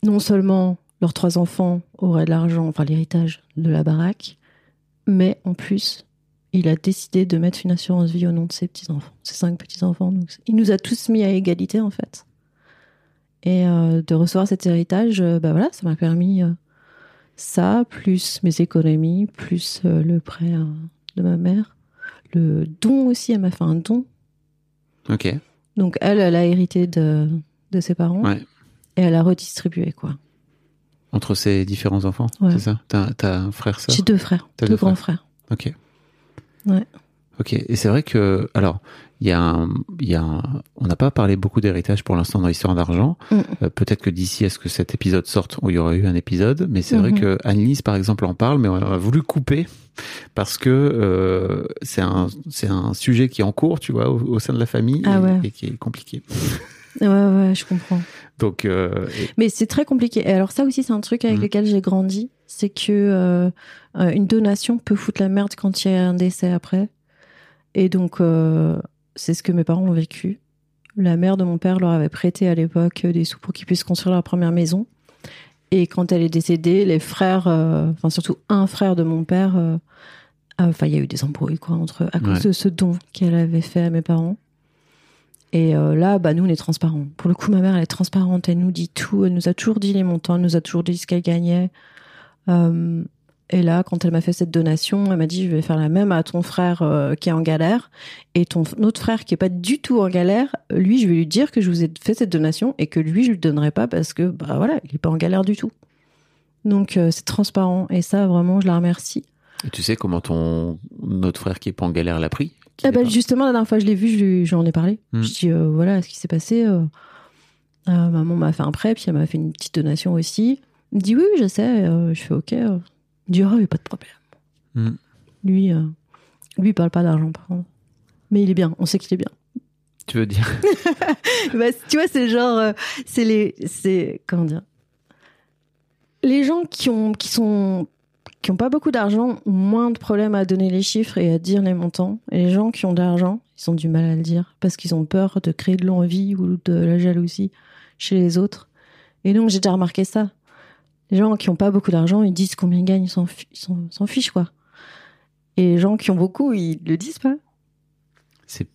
non seulement leurs trois enfants auraient de l'argent, enfin l'héritage de la baraque, mais en plus, il a décidé de mettre une assurance vie au nom de ses petits-enfants, ses cinq petits-enfants. Donc, il nous a tous mis à égalité, en fait. Et euh, de recevoir cet héritage, euh, bah voilà, ça m'a permis euh, ça, plus mes économies, plus euh, le prêt euh, de ma mère. Le don aussi, elle m'a fait un don. Ok. Donc elle, elle a hérité de, de ses parents Ouais. et elle a redistribué, quoi. Entre ces différents enfants, Ouais. c'est ça T'as t'as un frère, ça J'ai deux frères, T'as deux, deux grands frères. Ok. Ouais. Ok. Et c'est vrai que, alors, il y a un, il y a un- on n'a pas parlé beaucoup d'héritage pour l'instant dans l'histoire d'argent. Mm. Euh, Peut-être que d'ici à ce que cet épisode sorte, il y aura eu un épisode. Mais c'est vrai Mhm. que Annelise, par exemple, en parle, mais on a voulu couper parce que euh, c'est un, c'est un sujet qui est en cours, tu vois, au, au sein de la famille Ah et, ouais. et qui est compliqué. Ouais, ouais, je comprends. Donc, euh, et- Mais c'est très compliqué. Et alors ça aussi, c'est un truc avec Mhm. lequel j'ai grandi, c'est que euh, euh, une donation peut foutre la merde quand il y a un décès après. Et donc, euh, c'est ce que mes parents ont vécu. La mère de mon père leur avait prêté à l'époque des sous pour qu'ils puissent construire leur première maison. Et quand elle est décédée, les frères, euh, enfin surtout un frère de mon père, euh, ah, enfin il y a eu des embrouilles quoi entre à cause Ouais. de ce don qu'elle avait fait à mes parents. Et euh, là, bah nous on est transparents. Pour le coup, ma mère elle est transparente, elle nous dit tout, elle nous a toujours dit les montants, elle nous a toujours dit ce qu'elle gagnait. Euh, et là, quand elle m'a fait cette donation, elle m'a dit je vais faire la même à ton frère euh, qui est en galère. Et ton f- autre frère qui est pas du tout en galère, lui, je vais lui dire que je vous ai fait cette donation et que lui, je lui donnerai pas parce que, bah voilà, il est pas en galère du tout. Donc, euh, c'est transparent. Et ça, vraiment, je la remercie. et tu sais comment ton, notre frère qui est pas en galère l'a pris Qu'il Ah est bah, pas- justement, la dernière fois, je l'ai vu, je lui- j'en ai parlé. Hmm. Je dis, euh, voilà, ce qui s'est passé. euh, euh, maman m'a fait un prêt, puis elle m'a fait une petite donation aussi. Il me dit, oui, oui, je sais. euh, je fais, ok. euh. Il me dit, oh, il y a pas de problème. Hmm. Lui, euh, lui, il parle pas d'argent, par contre. Mais il est bien, on sait qu'il est bien. Tu veux dire Bah, tu vois, c'est genre, euh, c'est les, c'est comment dire, les gens qui ont, qui sont, qui ont pas beaucoup d'argent ont moins de problèmes à donner les chiffres et à dire les montants. Et les gens qui ont de l'argent, ils ont du mal à le dire parce qu'ils ont peur de créer de l'envie ou de la jalousie chez les autres. Et donc j'ai déjà remarqué ça. Les gens qui ont pas beaucoup d'argent, ils disent combien ils gagnent, ils s'en fi- ils s'en s'en fichent quoi. Et les gens qui ont beaucoup, ils le disent pas. C'est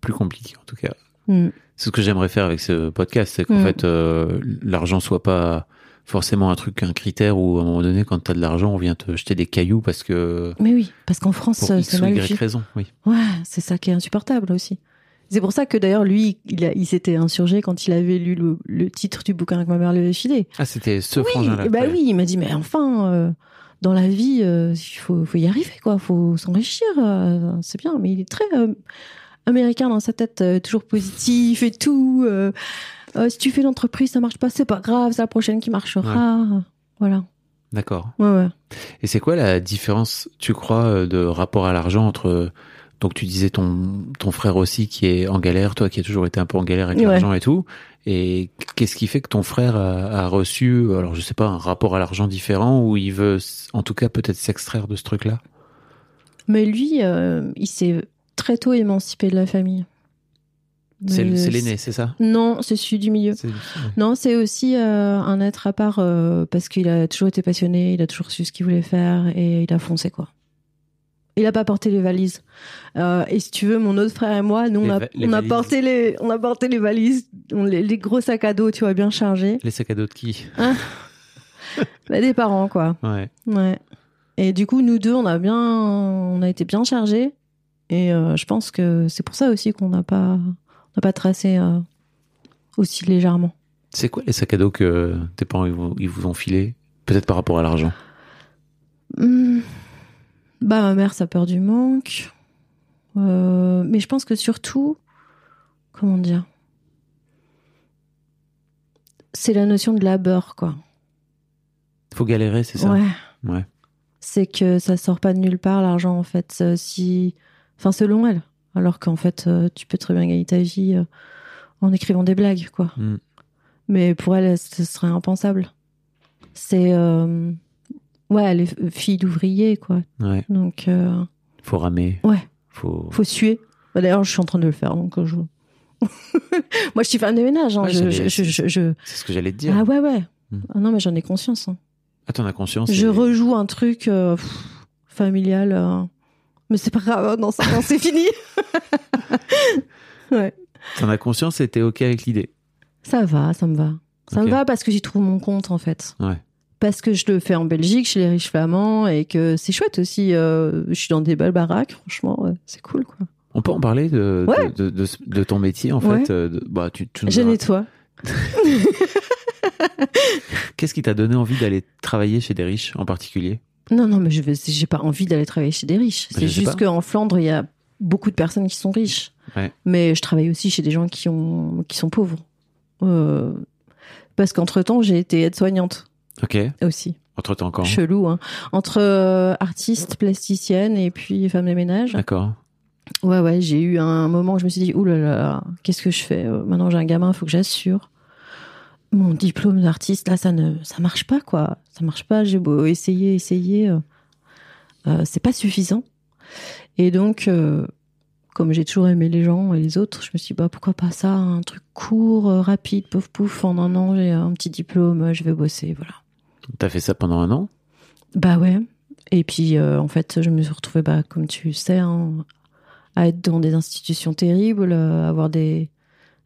plus compliqué, en tout cas. Mm. C'est ce que j'aimerais faire avec ce podcast, c'est qu'en Mm. fait, euh, l'argent soit pas forcément un truc, un critère où à un moment donné, quand t'as de l'argent, on vient te jeter des cailloux parce que Mais oui, parce qu'en France, pour euh, X c'est ou mal Y vu. raison, oui. Ouais, c'est ça qui est insupportable aussi. C'est pour ça que d'ailleurs, lui, il, a- il s'était insurgé quand il avait lu le, le titre du bouquin que ma mère lui avait filé. Ah, c'était ce Oui, frangin-là. eh ben Ouais. oui, il m'a dit, mais enfin, euh, dans la vie, euh, il faut, faut y arriver, quoi. faut s'enrichir. euh, c'est bien, mais il est très euh, américain dans sa tête, euh, toujours positif et tout. euh, euh, si tu fais l'entreprise, ça marche pas, c'est pas grave, c'est la prochaine qui marchera. Voilà. D'accord. Ouais, ouais. Et c'est quoi la différence, tu crois, euh, de rapport à l'argent entre, euh, donc tu disais ton, ton frère aussi qui est en galère, toi qui as toujours été un peu en galère avec Ouais. l'argent et tout, et qu'est-ce qui fait que ton frère a, a reçu, alors je sais pas, un rapport à l'argent différent où il veut, s- en tout cas, peut-être s'extraire de ce truc-là Mais lui, euh, il s'est très tôt émancipé de la famille. C'est Mais, c'est euh, l'aîné, c'est ça Non, c'est celui du milieu. C'est- ouais. Non, c'est aussi euh, un être à part euh, parce qu'il a toujours été passionné, il a toujours su ce qu'il voulait faire et il a foncé quoi. Il a pas porté les valises. Euh, et si tu veux, mon autre frère et moi, nous on Les a, va- les on a valises. porté les, on a porté les valises, on- les, les gros sacs à dos, tu vois, bien chargés. Les sacs à dos de qui Bah, des parents quoi. Ouais. Ouais. Et du coup, nous deux, on a bien, on a été bien chargés. Et euh, je pense que c'est pour ça aussi qu'on n'a pas, on n'a pas tracé euh, aussi légèrement. C'est quoi les sacs à dos que tes parents ils vous, ils vous ont filé Peut-être par rapport à l'argent. Hmm. Bah, ma mère, ça peur du manque. Euh, mais je pense que surtout, comment dire, c'est la notion de labeur, quoi. Faut galérer, c'est ça Ouais. Ouais. C'est que ça sort pas de nulle part l'argent en fait. Euh, Si, enfin selon elle, alors qu'en fait euh, tu peux très bien gagner ta vie euh, en écrivant des blagues quoi. Mm. Mais pour elle, ce serait impensable. C'est euh, Ouais, les f- filles d'ouvriers, quoi. Ouais. Donc, euh, Faut ramer. Ouais. Faut. faut suer. Bah, D'ailleurs, je suis en train de le faire, donc euh, je. Moi, je suis femme de ménage. hein, Ouais, je, j'allais- je, je, je- je- C'est ce que j'allais te dire. Ah ouais, ouais. Hmm. Ah non, mais j'en ai conscience. hein. Ah, t'en as conscience. Je et- rejoue un truc euh, pff, familial. euh, Mais c'est pas grave, hein, dans 5 ans, c'est fini. ouais. T'en as conscience et t'es OK avec l'idée. Ça va, ça me va. Ça Ok. me va parce que j'y trouve mon compte, en fait. Ouais. Parce que je le fais en Belgique, chez les riches flamands, et que c'est chouette aussi. euh, je suis dans des belles baraques, franchement, ouais, c'est cool, quoi. On peut en parler de, de- Ouais. de, de ce- de ton métier, en Ouais. fait. euh, de- bah, tu, tu nous Je as- nettoie. Qu'est-ce qui t'a donné envie d'aller travailler chez des riches en particulier Non, non, mais je vais- j'ai pas envie d'aller travailler chez des riches. Mais C'est je sais juste pas. qu'en Flandre, il y a beaucoup de personnes qui sont riches. Ouais. Mais je travaille aussi chez des gens qui, ont, qui sont pauvres. Euh, parce qu'entre-temps, j'ai été aide-soignante Ok. aussi. Entre temps, quand Chelou, hein. Entre euh, artiste, plasticienne et puis femme de ménage. D'accord. Ouais, ouais, j'ai eu un moment où je me suis dit, Ouh là là, qu'est-ce que je fais Euh, Maintenant j'ai un gamin, il faut que j'assure. Mon diplôme d'artiste, là, ça ne ça marche pas, quoi. Ça marche pas, j'ai beau essayer, essayer. euh, euh, c'est pas suffisant. Et donc, euh, comme j'ai toujours aimé les gens et les autres, je me suis dit, bah, pourquoi pas ça Un truc court, euh, rapide, pouf pouf, en un an, j'ai un petit diplôme, euh, je vais bosser, voilà. T'as fait ça pendant un an Bah ouais. Et puis, euh, en fait, je me suis retrouvée, bah, comme tu sais, hein, à être dans des institutions terribles, euh, à avoir des...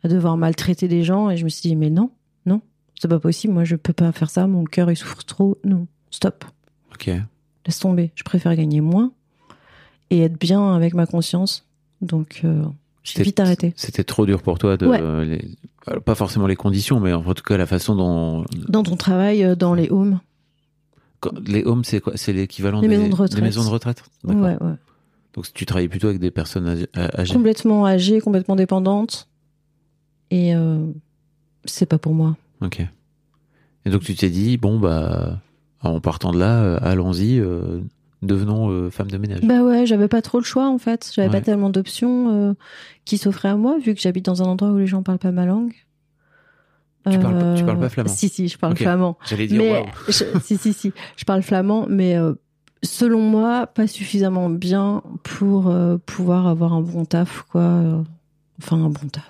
à devoir maltraiter des gens. Et je me suis dit, mais non, non, c'est pas possible. Moi, je peux pas faire ça. Mon cœur, il souffre trop. Non, stop. Ok. Laisse tomber. Je préfère gagner moins et être bien avec ma conscience. Donc, euh, j'ai C'était- vite arrêté. C'était trop dur pour toi de. Ouais. euh, les- alors, pas forcément les conditions, mais en tout cas la façon dont. Dans ton travail, euh, dans les homes. quand- les homes, c'est quoi C'est l'équivalent Les des maisons de retraite. des maisons de retraite. Ouais, D'accord. ouais. Donc tu travaillais plutôt avec des personnes âgées- à- âgées. Complètement âgée, complètement dépendante. Et euh, c'est pas pour moi. Ok. Et donc tu t'es dit, bon, bah, en partant de là, euh, allons-y, euh, devenons euh, femme de ménage. Bah ouais, j'avais pas trop le choix en fait. J'avais Ouais. pas tellement d'options euh, qui s'offraient à moi vu que j'habite dans un endroit où les gens parlent pas ma langue. Euh, Tu parles pas- tu parles pas flamand Si si, je parle Ok. flamand. J'allais dire, Mais waouh. je- si si si, je parle flamand, mais euh, selon moi pas suffisamment bien pour euh, pouvoir avoir un bon taf quoi. Euh, Enfin un bon taf.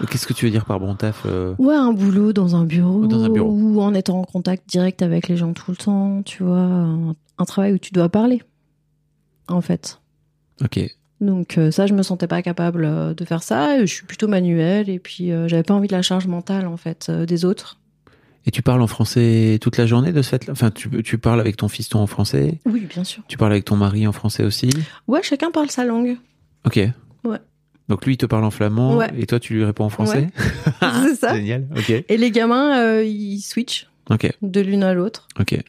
Euh, Qu'est-ce que tu veux dire par bon taf euh, Ouais, un boulot dans un bureau. Dans un bureau. Ou en étant en contact direct avec les gens tout le temps, tu vois. Un, un travail où tu dois parler, en fait. Ok. Donc euh, ça, je me sentais pas capable euh, de faire ça. Je suis plutôt manuelle et puis euh, j'avais pas envie de la charge mentale, en fait, euh, des autres. Et tu parles en français toute la journée de ce fait-là Enfin, tu, tu parles avec ton fiston en français Oui, bien sûr. Tu parles avec ton mari en français aussi Ouais, chacun parle sa langue. Ok. Ouais. Donc lui, il te parle en flamand Ouais. et toi, tu lui réponds en français Ah, C'est ça. Génial. Ok. Et les gamins, euh, ils switchent Ok. de l'une à l'autre. Ok.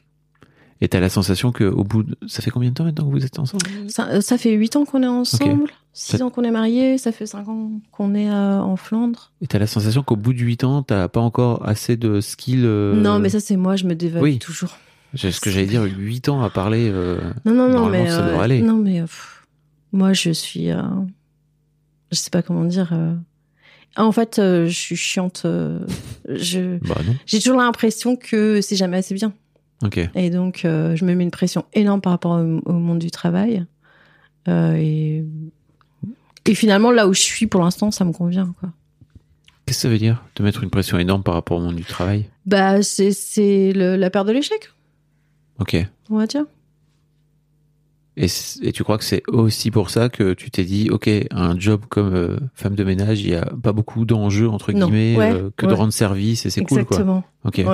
Et t'as la sensation que au bout, de... ça fait combien de temps maintenant que vous êtes ensemble Ça, euh, ça fait 8 ans qu'on est ensemble, 6 Mm. Ça- ans qu'on est mariés, ça fait 5 ans qu'on est euh, en Flandre. Et t'as la sensation qu'au bout de 8 ans, t'as pas encore assez de skills. euh, Non, mais ça, c'est moi, je me dévalue oui. toujours. C'est ce que j'allais dire, 8 ans à parler. euh, Non, non, non, Normalement, mais. ça euh, devrait aller. Non, mais. euh, pff, moi, je suis. euh, je sais pas comment dire. euh, ah, en fait, euh, je suis chiante. euh, je- Bah non. J'ai toujours l'impression que c'est jamais assez bien. Ok. Et donc, euh, je me mets une pression énorme par rapport au, au monde du travail. Euh, et. Et finalement, là où je suis pour l'instant, ça me convient, quoi. Qu'est-ce que ça veut dire Te mettre une pression énorme par rapport au monde du travail Bah, c'est- c'est le- la peur de l'échec, Ok. on va dire. Et, c- et tu crois que c'est aussi pour ça que tu t'es dit, ok, un job comme euh, femme de ménage, il n'y a pas beaucoup d'enjeux, entre Non. guillemets, Ouais, euh, que de ouais. rendre service et c'est cool, quoi. Exactement. Ok. Ouais.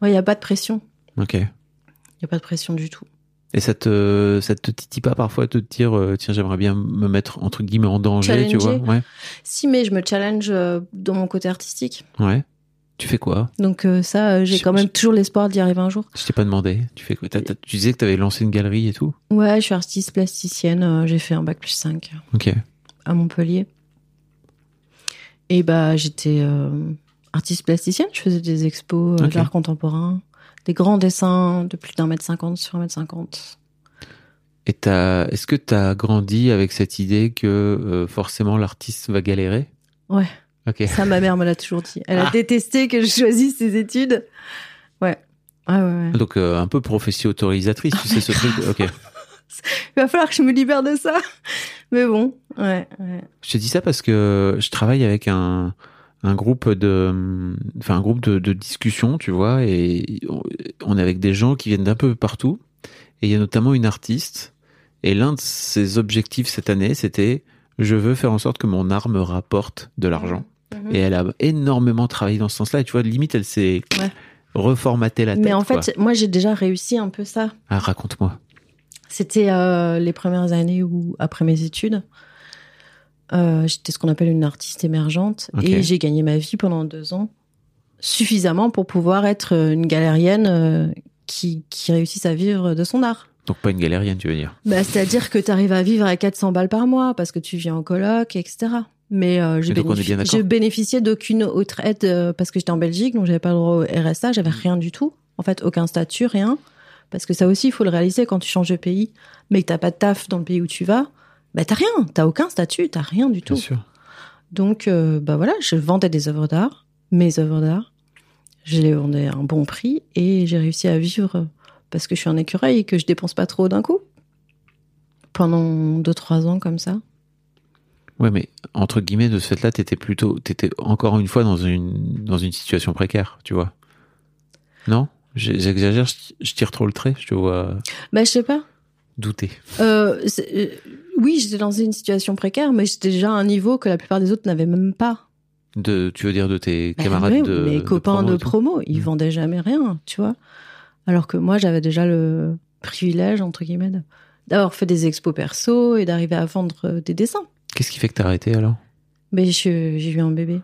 Ouais, il n'y a pas de pression. Ok. Il n'y a pas de pression du tout. Et ça te, ça te titille pas parfois de te dire, euh, tiens, j'aimerais bien me mettre, entre guillemets, en danger, tu vois Challenger. Ouais. Si, mais je me challenge euh, dans mon côté artistique. Ouais. Tu fais quoi Donc euh, ça, euh, j'ai Je- quand même toujours l'espoir d'y arriver un jour. Je t'ai pas demandé. Tu fais quoi T'as- t'as- Tu disais que tu avais lancé une galerie et tout Ouais, je suis artiste plasticienne. euh, j'ai fait un bac plus 5 Ok. à Montpellier. Et bah, j'étais euh, artiste plasticienne. Je faisais des expos euh, Ok. d'art contemporain, des grands dessins de plus d'un mètre cinquante sur un mètre cinquante. Et t'as, est-ce que tu as grandi avec cette idée que euh, forcément l'artiste va galérer Ouais. Ok. Ça, ma mère me l'a toujours dit. Elle a Ah. détesté que je choisisse ces études. Ah ouais, ouais. Donc euh, un peu prophétie autorisatrice, tu sais ce truc. Ok. Il va falloir que je me libère de ça. Mais bon, ouais. ouais. Je te dis ça parce que je travaille avec un, un groupe de, enfin un groupe de, de discussion, tu vois, et on- on est avec des gens qui viennent d'un peu partout. Et il y a notamment une artiste. Et l'un de ses objectifs cette année, c'était je veux faire en sorte que mon art me rapporte de l'argent. Mhm. Et elle a énormément travaillé dans ce sens-là. Et tu vois, limite, elle s'est Ouais. reformatée la tête. Mais en quoi. fait, moi, j'ai déjà réussi un peu ça. ah, raconte-moi. C'était euh, les premières années où, après mes études, euh, j'étais ce qu'on appelle une artiste émergente Ok. et j'ai gagné ma vie pendant deux ans suffisamment pour pouvoir être une galérienne euh, qui, qui réussisse à vivre de son art. Donc pas une galérienne, tu veux dire. Bah, C'est-à-dire que tu arrives à vivre à 400 balles par mois parce que tu vis en coloc, etc. Mais euh, j'ai Mais donc, on est bénéfi- bien d'accord. j'ai bénéficié d'aucune autre aide euh, parce que j'étais en Belgique, donc j'avais pas le droit au RSA, j'avais rien du tout. En fait, aucun statut, rien. Parce que ça aussi, il faut le réaliser quand tu changes de pays, mais que t'as pas de taf dans le pays où tu vas, bah t'as rien, t'as aucun statut, t'as rien du tout. sûr. Donc, euh, bah voilà, je vendais des œuvres d'art, mes œuvres d'art. Je les vendais à un bon prix et j'ai réussi à vivre euh, parce que je suis un écureuil et que je dépense pas trop d'un coup. Pendant 2-3 ans comme ça. Ouais, mais entre guillemets, de ce fait-là, t'étais plutôt, t'étais encore une fois dans une, dans une situation précaire, tu vois. Non? J'ai- J'exagère, je- je tire trop le trait, je te vois Bah, je sais pas. douter. Euh, c'est- euh, oui, j'étais dans une situation précaire, mais j'étais déjà à un niveau que la plupart des autres n'avaient même pas. De, tu veux dire de tes Bah camarades ouais, de. mes copains de et tout promo, ils Mm. vendaient jamais rien, tu vois. Alors que moi, j'avais déjà le privilège, entre guillemets, de- d'avoir fait des expos perso et d'arriver à vendre euh, des dessins. Qu'est-ce qui fait que t'as arrêté alors? Mais Ben, je- j'ai eu un bébé.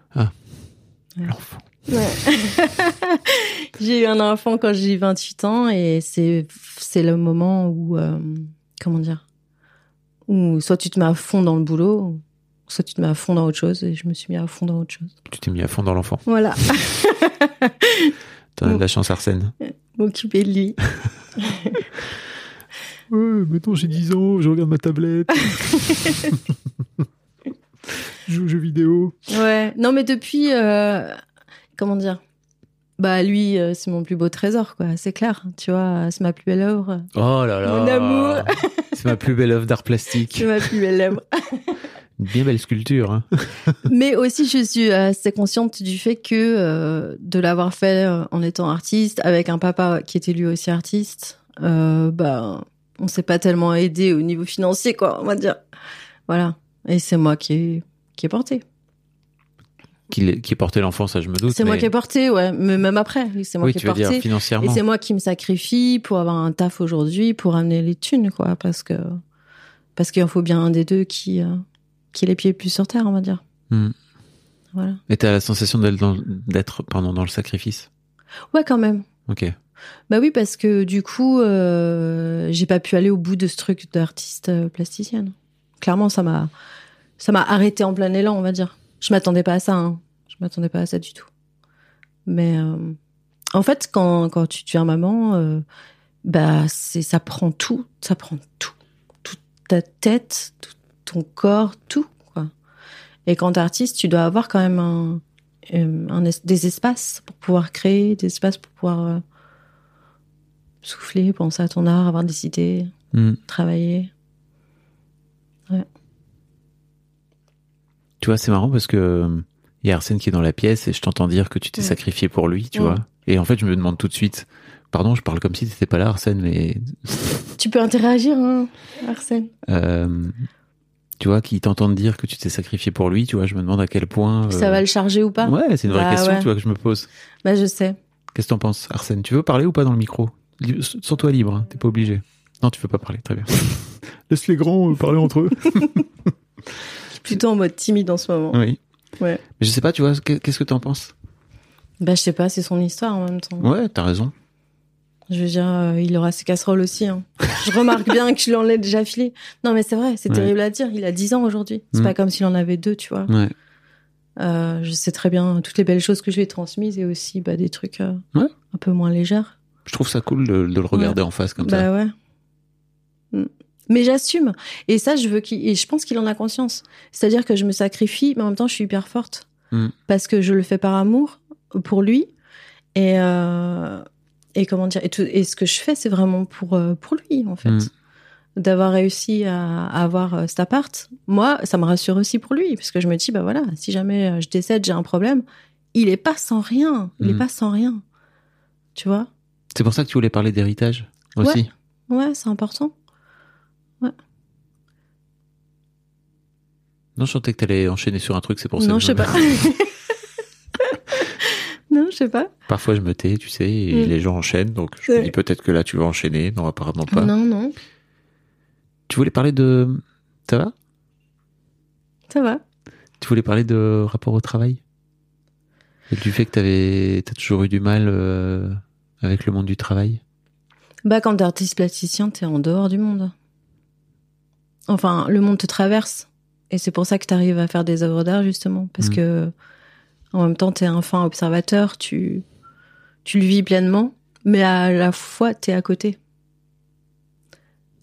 L'enfant. J'ai eu un enfant quand j'ai eu 28 ans et c'est c'est le moment où euh, comment dire où soit tu te mets à fond dans le boulot, soit tu te mets à fond dans autre chose et je me suis mis à fond dans autre chose. Tu t'es mis à fond dans l'enfant. Voilà, T'en as Mm. de la chance, Arsène. m'occuper de lui. Ouais, maintenant j'ai 10 ans, je regarde ma tablette. je joue aux jeux vidéo. Ouais. Non mais depuis euh, comment dire bah lui euh, c'est mon plus beau trésor quoi, c'est clair, tu vois, c'est ma plus belle œuvre, Oh là là. Mon amour. C'est ma plus belle œuvre d'art plastique. c'est ma plus belle œuvre. Une bien belle sculpture. hein. Mais aussi, je suis assez consciente du fait que euh, de l'avoir fait euh, en étant artiste, avec un papa qui était lui aussi artiste, euh, bah, on s'est pas tellement aidé au niveau financier, quoi, on va dire. Voilà. Et c'est moi qui ai, qui ai porté. Qui, l'est- qui portait l'enfant, ça je me doute. C'est moi mais- qui ai porté, ouais. Mais même après, oui, c'est moi Oui, qui ai tu veux porté. dire Et financièrement. c'est moi qui me sacrifie pour avoir un taf aujourd'hui, pour amener les thunes, quoi, parce que parce qu'il en faut bien un des deux qui euh, qui ait les pieds plus sur terre, on va dire. Hmm. Voilà. Et t'as la sensation d'être dans, d'être, pardon, dans le sacrifice. Ouais, quand même. Ok. Bah oui, parce que du coup, euh, j'ai pas pu aller au bout de ce truc d'artiste euh, plasticienne. Clairement, ça m'a, ça m'a arrêté en plein élan, on va dire. Je m'attendais pas à ça. hein. Je m'attendais pas à ça du tout. Mais euh, en fait, quand quand tu deviens maman, euh, bah c'est ça prend tout, ça prend tout, toute ta tête, tout ton corps, tout quoi. Et quand t'es artiste, tu dois avoir quand même un, euh, un es- des espaces pour pouvoir créer, des espaces pour pouvoir euh, souffler, penser à ton art, avoir des idées, Hmm. travailler. Tu vois, c'est marrant parce que il y a Arsène qui est dans la pièce et je t'entends dire que tu t'es Ouais. sacrifié pour lui, tu Ouais. vois. Et en fait, je me demande tout de suite. Pardon, je parle comme si t'étais pas là, Arsène, mais Tu peux interagir, hein, Arsène. Euh, tu vois, qui t'entendent dire que tu t'es sacrifié pour lui, tu vois, je me demande à quel point. euh, Ça va le charger ou pas Ouais, c'est une vraie Bah question, ouais. tu vois, que je me pose. Bah, je sais. Qu'est-ce que t'en penses, Arsène Tu veux parler ou pas dans le micro Li- Sens-toi libre, hein, t'es pas obligé. Non, tu veux pas parler, très bien. Laisse les grands euh, parler entre eux. Je suis plutôt en mode timide en ce moment. oui. Ouais. Mais je sais pas, tu vois, qu'est- qu'est-ce que t'en penses Bah, je sais pas, c'est son histoire en même temps. Ouais, t'as raison. Je veux dire, euh, il aura ses casseroles aussi. hein. Je remarque bien que je l'en ai déjà filé. Non, mais c'est vrai, c'est Ouais. terrible à dire. Il a 10 ans aujourd'hui. C'est Mm. pas comme s'il en avait deux, tu vois. Ouais. Euh, je sais très bien toutes les belles choses que je lui ai transmises et aussi bah, des trucs euh, Ouais. un peu moins légères. Je trouve ça cool de, de le regarder en face comme bah ça. ouais. Mm. Mais j'assume. Et ça, je veux qu'il. Et je pense qu'il en a conscience. C'est-à-dire que je me sacrifie, mais en même temps, je suis hyper forte. Mm. Parce que je le fais par amour pour lui. Et, euh, et comment dire et, tout, et ce que je fais c'est vraiment pour euh, pour lui en fait Mm. d'avoir réussi à, à avoir euh, cet appart moi ça me rassure aussi pour lui parce que je me dis bah voilà si jamais euh, je décède j'ai un problème il est pas sans rien il est Mm. pas sans rien tu vois C'est pour ça que tu voulais parler d'héritage Ouais. aussi. ouais c'est important Non, je sentais que t'allais enchaîner sur un truc, c'est pour ça. non que je sais pas non je sais pas Parfois, je me tais, tu sais, et Mm. les gens enchaînent. Donc, je me Ouais. dis peut-être que là, tu vas enchaîner. Non, apparemment pas. non non Tu voulais parler de. Ça va ça va Tu voulais parler de rapport au travail Et du fait que t'avais. T'as toujours eu du mal euh, avec le monde du travail Bah, quand t'es artiste plasticien, t'es en dehors du monde. Enfin, le monde te traverse. Et c'est pour ça que t'arrives à faire des œuvres d'art, justement. Parce Mm. que, en même temps, t'es un fin observateur, tu, tu le vis pleinement, mais à la fois, t'es à côté.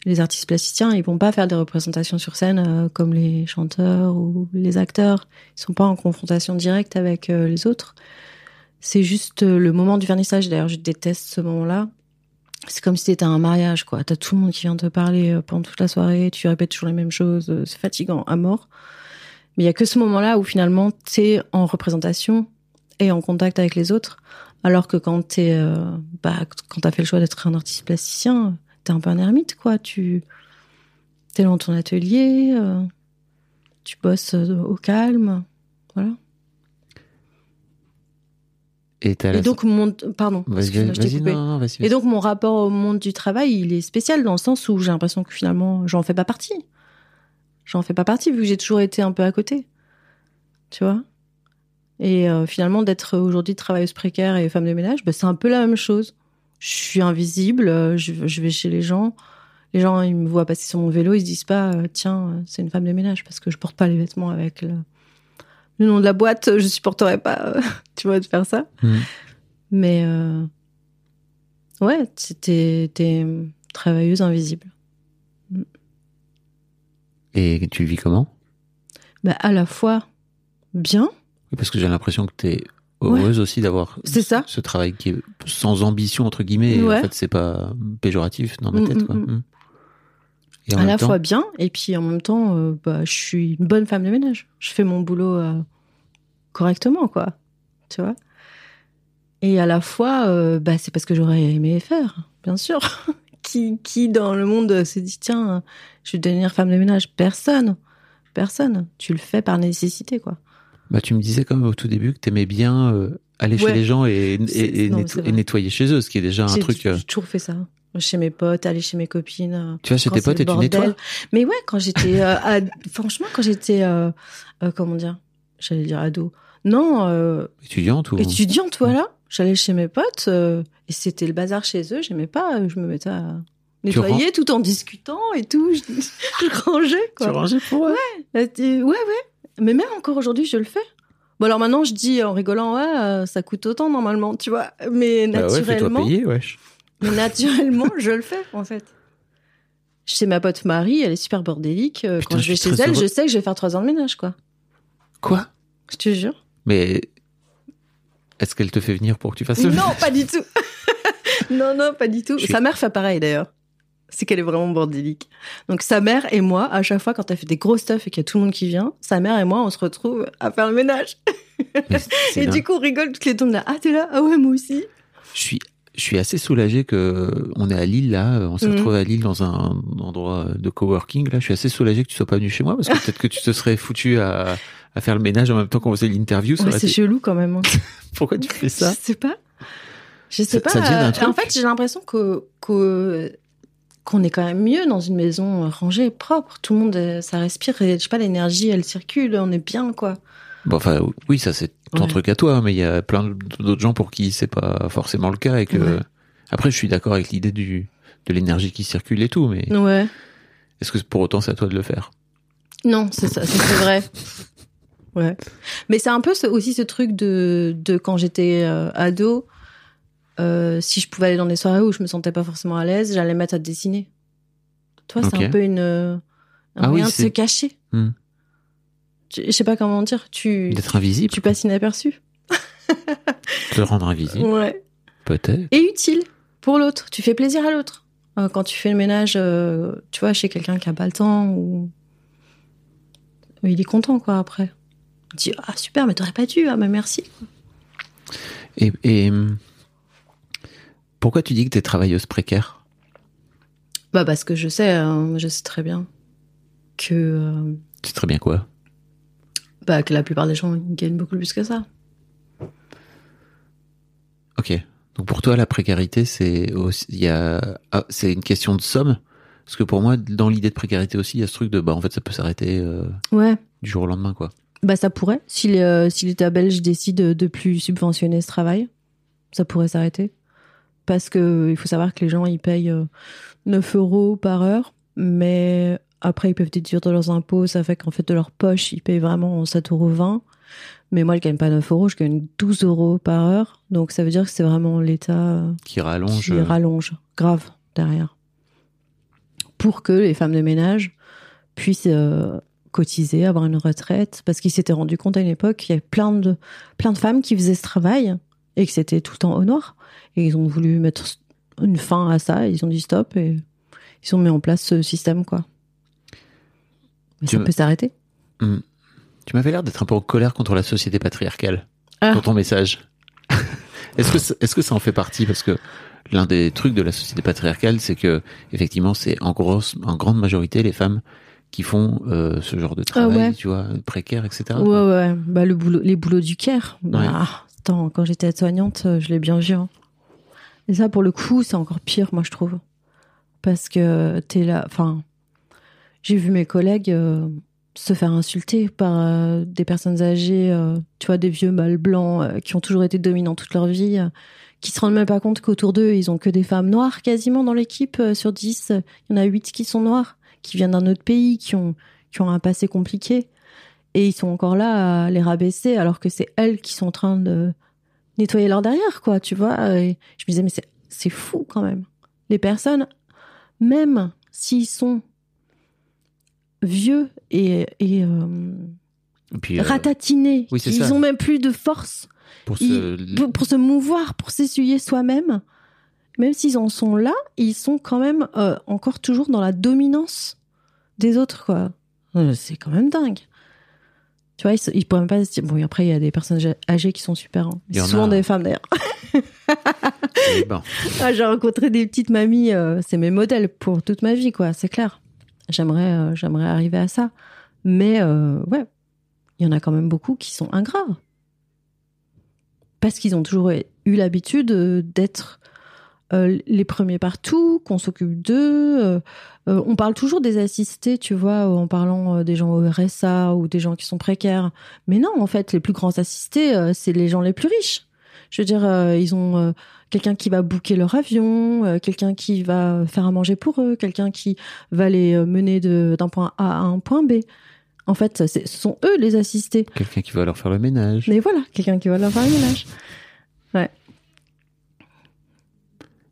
Les artistes plasticiens, ils vont pas faire des représentations sur scène euh, comme les chanteurs ou les acteurs. Ils sont pas en confrontation directe avec euh, les autres. C'est juste euh, le moment du vernissage. D'ailleurs, je déteste ce moment-là. C'est comme si t'étais à un mariage, quoi. T'as tout le monde qui vient te parler euh, pendant toute la soirée, tu répètes toujours les mêmes choses, euh, c'est fatigant à mort. Mais il y a que ce moment-là où finalement t'es en représentation et en contact avec les autres, alors que quand t'es, euh, bah, quand t'as fait le choix d'être un artiste plasticien, t'es un peu un ermite, quoi. Tu t'es dans ton atelier, euh, tu bosses euh, au calme, voilà. Et t'as Et la- donc mon, pardon, Vas-y, excuse-moi, je t'ai vas-y, coupé. non, non, vas-y, vas-y. Et donc mon rapport au monde du travail, il est spécial dans le sens où j'ai l'impression que finalement, j'en fais pas partie. J'en fais pas partie vu que j'ai toujours été un peu à côté. Tu vois Et euh, finalement, d'être aujourd'hui travailleuse précaire et femme de ménage, bah, c'est un peu la même chose. Je suis invisible, euh, je, je vais chez les gens. Les gens, ils me voient passer sur mon vélo, ils se disent pas, euh, tiens, euh, c'est une femme de ménage parce que je porte pas les vêtements avec le, le nom de la boîte, euh, je supporterais pas, euh, tu vois, de faire ça. Mhm. Mais euh, ouais, t'es- t'es t'es travailleuse invisible. Et tu vis comment Bah, à la fois bien, Oui, parce que j'ai l'impression que t'es heureuse aussi d'avoir C'est ça. ce travail qui est sans ambition entre guillemets et en Ouais. fait c'est pas péjoratif dans ma Mm, tête mm, quoi. mm. Mm. et en à même la temps fois bien, et puis en même temps, euh, bah, je suis une bonne femme de ménage. Je fais mon boulot euh, correctement, quoi. Tu vois Et à la fois, euh, bah, c'est parce que j'aurais aimé faire, bien sûr. qui, qui dans le monde euh, se dit, tiens, euh, je vais devenir femme de ménage Personne. Personne. Tu le fais par nécessité, quoi. bah, tu me disais quand même au tout début que t'aimais bien euh, aller chez Ouais. les gens et, et- C'est- et non, mais netto- c'est et vrai. nettoyer chez eux ce qui est déjà un J'ai- truc euh, J'ai toujours fait ça. Chez mes potes, aller chez mes copines. euh, tu vas chez quand tes c'est potes le et tu bordel. nettoies Mais ouais, quand j'étais. euh, ad- Franchement, quand j'étais. euh, euh, comment dire J'allais dire ado. Non, euh, étudiante ou étudiante, Mmh. voilà. J'allais chez mes potes euh, et c'était le bazar chez eux. J'aimais pas. euh, Je me mettais à nettoyer tout en discutant et tout. Je, je rangeais, quoi. pour eux Euh, t'es- Ouais, ouais. Mais même encore aujourd'hui, je le fais. Bon, alors maintenant, je dis en rigolant, ouais, euh, ça coûte autant normalement, tu vois. Mais bah ouais fais-toi naturellement. payer wesh Mais naturellement, je le fais, en fait. Chez ma pote Marie, elle est super bordélique. Euh, Putain, Quand je je vais suis chez très elle, heureux. je sais que je vais faire trois ans de ménage, quoi. quoi Je te jure. mais est-ce qu'elle te fait venir pour que tu fasses le Non, pas du tout. non, non, pas du tout. Je suis- Sa mère fait pareil, d'ailleurs. C'est qu'elle est vraiment bordélique. Donc, sa mère et moi, à chaque fois, quand elle fait des gros stuff et qu'il y a tout le monde qui vient, sa mère et moi, on se retrouve à faire le ménage. Mais c'est- c'est Et dingue. du coup, on rigole toutes les deux. On est là, ah, t'es là Ah ouais, moi aussi. Je suis, je suis assez soulagé que on est à Lille là, on s'est Mhm. retrouvé à Lille dans un endroit de coworking là. Je suis assez soulagé que tu sois pas venu chez moi parce que peut-être que tu te serais foutu à, à faire le ménage en même temps qu'on faisait l'interview. ça Ouais, aurait c'est été- chelou quand même. hein. Pourquoi tu fais ça Je sais pas. Je Ça- sais pas. ça devient un euh, truc. En fait, j'ai l'impression que que- qu'on est quand même mieux dans une maison euh, rangée, propre. Tout le monde, euh, ça respire. et, Je sais pas, l'énergie, elle circule. On est bien, quoi. Bon, enfin oui, ça c'est ton Ouais. truc à toi, mais il y a plein d'autres gens pour qui c'est pas forcément le cas et que Ouais. après je suis d'accord avec l'idée du de l'énergie qui circule et tout, mais Ouais. est-ce que pour autant c'est à toi de le faire Non, c'est ça, c'est c'est vrai. Ouais. Mais c'est un peu ce- aussi ce truc de, de quand j'étais euh, ado, euh, si je pouvais aller dans des soirées où je me sentais pas forcément à l'aise, j'allais me mettre à dessiner. Toi, Ok. c'est un peu une, euh, un Ah oui, moyen de c'est- se cacher. Hmm. Tu- Je sais pas comment dire. Tu, D'être invisible, tu passes inaperçu. te rendre invisible, Ouais. peut-être. Et utile. pour l'autre. Tu fais plaisir à l'autre. Euh, quand tu fais le ménage, euh, tu vois, chez quelqu'un qui a pas le temps ou il est content quoi après. Il dit ah super, mais t'aurais pas dû, ah mais merci. Et, et, hum, pourquoi tu dis que t'es travailleuse précaire Bah parce que je sais, euh, je sais très bien que euh, Tu sais très bien quoi bah que la plupart des gens ils gagnent beaucoup plus que ça. Ok. Donc pour toi, la précarité, c'est aussi, il y a, ah, c'est une question de somme. Parce que pour moi, dans l'idée de précarité aussi, il y a ce truc de, bah, en fait, ça peut s'arrêter euh, Ouais. du jour au lendemain, quoi. Bah ça pourrait. Si, les, euh, si l'État belge décide de plus subventionner ce travail, ça pourrait s'arrêter. Parce que il faut savoir que les gens, ils payent euh, 9 euros par heure, mais après, ils peuvent déduire de leurs impôts. Ça fait qu'en fait, de leur poche, ils payent vraiment 7,20 euros. Mais moi, je gagne pas 9 euros, je gagne 12 euros par heure. Donc ça veut dire que c'est vraiment l'État... euh, Qui rallonge. qui euh, rallonge grave derrière pour que les femmes de ménage puissent euh, cotiser, avoir une retraite, parce qu'ils s'étaient rendus compte à une époque qu'il y avait plein de, plein de femmes qui faisaient ce travail et que c'était tout le temps au noir. Et ils ont voulu mettre une fin à ça, ils ont dit stop et ils ont mis en place ce système. quoi. Mais Tu ça veux- peut s'arrêter. Tu m'avais l'air d'être un peu en colère contre la société patriarcale Ah. dans ton message. est-ce que ça- est-ce que ça en fait partie parce que l'un des trucs de la société patriarcale, c'est que effectivement, c'est en grosse, en grande majorité les femmes qui font euh, ce genre de travail, Ah ouais. tu vois, précaire, etc. Ouais, ouais, bah, le boulot, les boulots du Caire. Bah, Ouais. Attends, quand j'étais aide-soignante, euh, je l'ai bien vu. hein. Et ça, pour le coup, c'est encore pire, moi, je trouve. Parce que t'es là. Enfin, j'ai vu mes collègues euh, se faire insulter par euh, des personnes âgées, euh, tu vois, des vieux mâles blancs euh, qui ont toujours été dominants toute leur vie, euh, qui se rendent même pas compte qu'autour d'eux, ils ont que des femmes noires quasiment dans l'équipe. euh, sur 10, euh, il y en a 8 qui sont noires, qui viennent d'un autre pays, qui ont, qui ont un passé compliqué. Et ils sont encore là à les rabaisser alors que c'est elles qui sont en train de nettoyer leur derrière, quoi, tu vois. Et je me disais, mais c'est- c'est fou quand même. Les personnes, même s'ils sont vieux et, et, euh, Et puis, euh, ratatinés, oui, c'est ils ça. ont même plus de force pour ce- ils- pour, pour se mouvoir, pour s'essuyer soi-même, même s'ils en sont là, ils sont quand même euh, encore toujours dans la dominance des autres, quoi. Euh, C'est quand même dingue. Tu vois, ils, se- ils pourraient même pas se dire. Bon, et après, il y a des personnes âgées- âgées qui sont super. hein. Il y C'est en souvent a. des femmes, d'ailleurs. eh ben, Ah, J'ai rencontré des petites mamies, euh, c'est mes modèles pour toute ma vie, quoi, c'est clair. J'aimerais euh, j'aimerais arriver à ça. Mais euh, ouais, il y en a quand même beaucoup qui sont ingrats. Parce qu'ils ont toujours eu l'habitude euh, d'être euh, les premiers partout, qu'on s'occupe d'eux. euh, euh, on parle toujours des assistés, tu vois, en parlant euh, des gens au RSA ou des gens qui sont précaires. Mais non, en fait, les plus grands assistés, euh, c'est les gens les plus riches. Je veux dire, euh, ils ont euh, quelqu'un qui va booker leur avion, euh, quelqu'un qui va faire à manger pour eux, quelqu'un qui va les euh, mener de- d'un point A à un point B. En fait, c'est- ce sont eux les assistés. quelqu'un qui va leur faire le ménage. Mais voilà, quelqu'un qui va leur faire le ménage.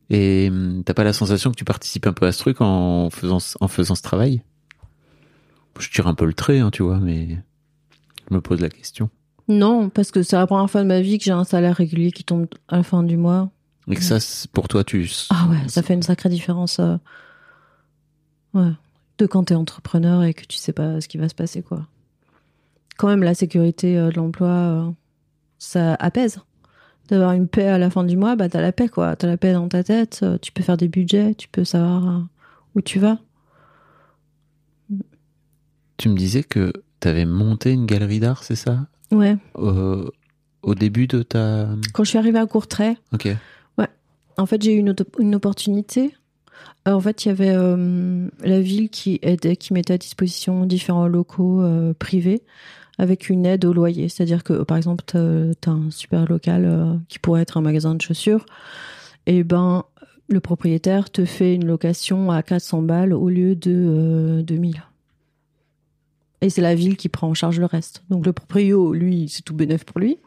Et hum, t'as pas la sensation que tu participes un peu à ce truc en faisant, ce- en faisant ce travail Je tire un peu le trait, hein, tu vois, mais je me pose la question. Non, parce que c'est la première fois de ma vie que j'ai un salaire régulier qui tombe à la fin du mois. Et que ça, c'est- pour toi, tu... s- Ah ouais, ça fait une sacrée différence. euh, Ouais. De quand t'es entrepreneur et que tu sais pas ce qui va se passer, quoi. Quand même, la sécurité euh, de l'emploi, euh, ça apaise. D'avoir une paix à la fin du mois, bah t'as la paix, quoi. T'as la paix dans ta tête, euh, tu peux faire des budgets, tu peux savoir euh, où tu vas. Tu me disais que t'avais monté une galerie d'art, c'est ça Ouais. Euh, Au début de ta... Quand je suis arrivée à Courtrai, Ok. En fait, j'ai eu une, auto- une opportunité. Euh, en fait, il y avait euh, la ville qui aidait, qui mettait à disposition différents locaux euh, privés avec une aide au loyer. C'est-à-dire que, par exemple, tu as un super local euh, qui pourrait être un magasin de chaussures. Et ben, le propriétaire te fait une location à 400 balles au lieu de euh, 2000. Et c'est la ville qui prend en charge le reste. Donc le proprio, lui, c'est tout bénef pour lui.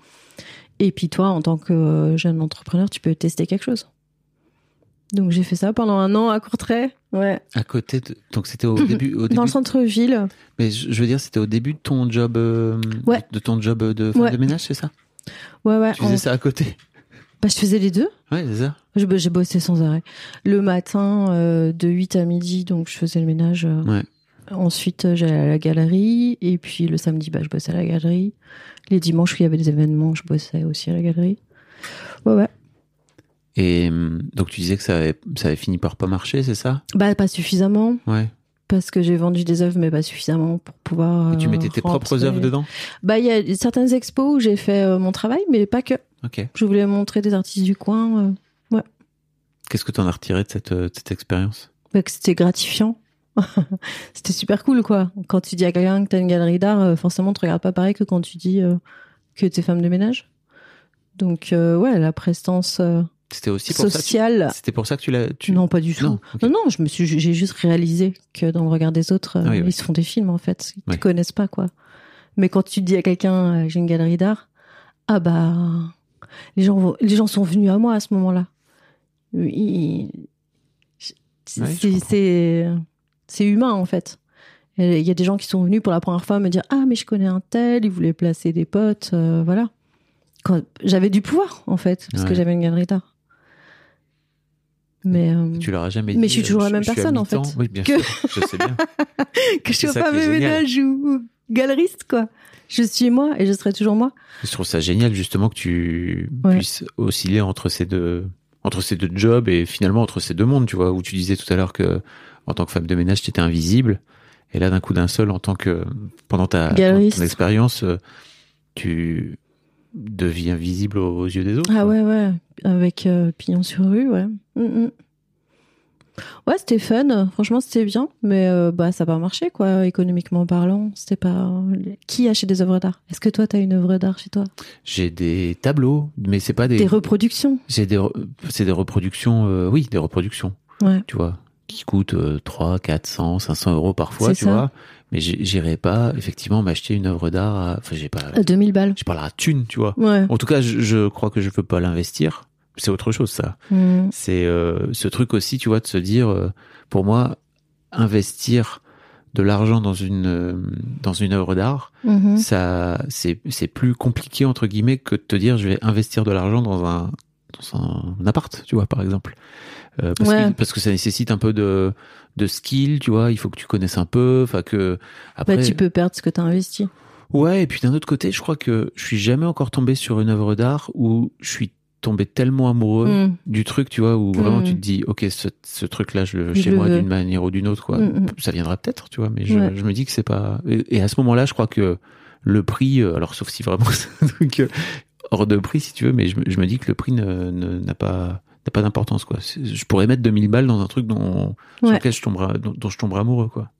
Et puis toi, en tant que euh, jeune entrepreneur, tu peux tester quelque chose. Donc j'ai fait ça pendant un an à Courtrai, ouais, À côté de... Donc c'était au début... Au début... Mhm. dans le centre-ville. Mais je je veux dire, c'était au début de ton job... euh, Ouais. De ton job de femme Ouais. de ménage, c'est ça Ouais, ouais. Tu faisais on- ça à côté Bah, je faisais les deux. Ouais, c'est ça. Je- bah, J'ai bossé sans arrêt. Le matin, euh, de 8 à midi, donc je faisais le ménage. euh. Ouais. Ensuite, euh, j'allais à la galerie. Et puis le samedi, bah, je bossais à la galerie. Les dimanches, où il y avait des événements, je bossais aussi à la galerie. Ouais, ouais. Et hum, donc tu disais que ça avait, ça avait fini par pas marcher, c'est ça Bah, pas suffisamment, Ouais. parce que j'ai vendu des œuvres, mais pas suffisamment pour pouvoir. Et tu euh, mettais tes propres rentrer. œuvres dedans Bah, il y a certaines expos où j'ai fait euh, mon travail, mais pas que. Ok. Je voulais montrer des artistes du coin. euh, Qu'est-ce que tu en as retiré de cette, euh, de cette expérience bah, que c'était gratifiant. c'était super cool, quoi. Quand tu dis à quelqu'un que t'as une galerie d'art, euh, forcément, on te regarde pas pareil que quand tu dis euh, que t'es femme de ménage. Donc, euh, ouais, la prestance euh, C'était aussi pour ça que sociale. tu- C'était pour ça que tu l'as. Tu... Non, pas du tout. Non, Non, ok. non, je me suis, j'ai juste réalisé que dans le regard des autres, euh, Ah oui, oui. ils se font des films en fait, ils Oui. te connaissent pas quoi. Mais quand tu dis à quelqu'un, euh, j'ai une galerie d'art, ah bah, les gens, vont- les gens sont venus à moi à ce moment-là. Euh, Ils- c'est- Oui, je c'est, comprends. c'est, c'est humain en fait. Et Il y a des gens qui sont venus pour la première fois me dire ah mais je connais un tel, il voulait placer des potes, euh, voilà. Quand, j'avais du pouvoir en fait parce Ouais. que j'avais une galerie d'art. Mais euh, Tu l'auras jamais dit. Mais je suis toujours euh, la même suis à personne, en mi-temps. fait. Oui, bien Que- sûr. Je sais bien. que je C'est sois ça qui pas est génial. ménage ou, ou galeriste, quoi. Je suis moi et je serai toujours moi. Je trouve ça génial justement que tu Ouais. puisses osciller entre ces deux entre ces deux jobs et finalement entre ces deux mondes, tu vois, où tu disais tout à l'heure que en tant que femme de ménage, tu étais invisible et là d'un coup d'un seul en tant que pendant ta pendant Galeriste. ton expérience euh, tu deviens visible aux, aux yeux des autres. Ah quoi. ouais, ouais. Avec euh, Pignon sur rue, ouais. Mm, mm. Ouais, c'était fun. Franchement, c'était bien. Mais euh, bah, ça n'a pas marché, quoi. Économiquement parlant, c'était pas. Qui achète des œuvres d'art Est-ce que toi, t'as une œuvre d'art chez toi J'ai des tableaux, mais c'est pas des, Des reproductions j'ai des re- c'est des reproductions euh, oui, des reproductions, Ouais. tu vois, qui coûtent euh, 3, 400, 500 euros parfois, C'est tu ça. vois, mais j'ai- j'irai pas effectivement m'acheter une œuvre d'art, à- enfin j'ai pas À 2000 Euh, balles. je parle à thune, tu vois. Ouais. En tout cas, je, je crois que je peux pas l'investir. C'est autre chose, ça. Mm. C'est euh, ce truc aussi, tu vois, de se dire, euh, pour moi, investir de l'argent dans une euh, dans une œuvre d'art, Mhm. ça c'est c'est plus compliqué entre guillemets que de te dire je vais investir de l'argent dans un dans un appart, tu vois, par exemple. Euh, parce, Ouais. que, parce que ça nécessite un peu de de skill, tu vois. Il faut que tu connaisses un peu, enfin que après. Bah, tu peux perdre ce que t'as investi. Ouais, et puis d'un autre côté, je crois que je suis jamais encore tombé sur une œuvre d'art où je suis tombé tellement amoureux Mm. du truc, tu vois, où vraiment Mm. tu te dis, ok, ce, ce truc-là, je le veux Je chez le moi veux. d'une manière ou d'une autre, quoi. Mm, mm. Ça viendra peut-être, tu vois, mais je, Ouais. je me dis que c'est pas. Et, et à ce moment-là, je crois que le prix, euh, alors sauf si vraiment c'est un truc euh, hors de prix, si tu veux, mais je, me- je me dis que le prix ne- ne- n'a pas n'a pas d'importance quoi. C'est- Je pourrais mettre 2000 balles dans un truc dont sur Ouais. lequel je tomberai dont, dont je tomberai amoureux quoi.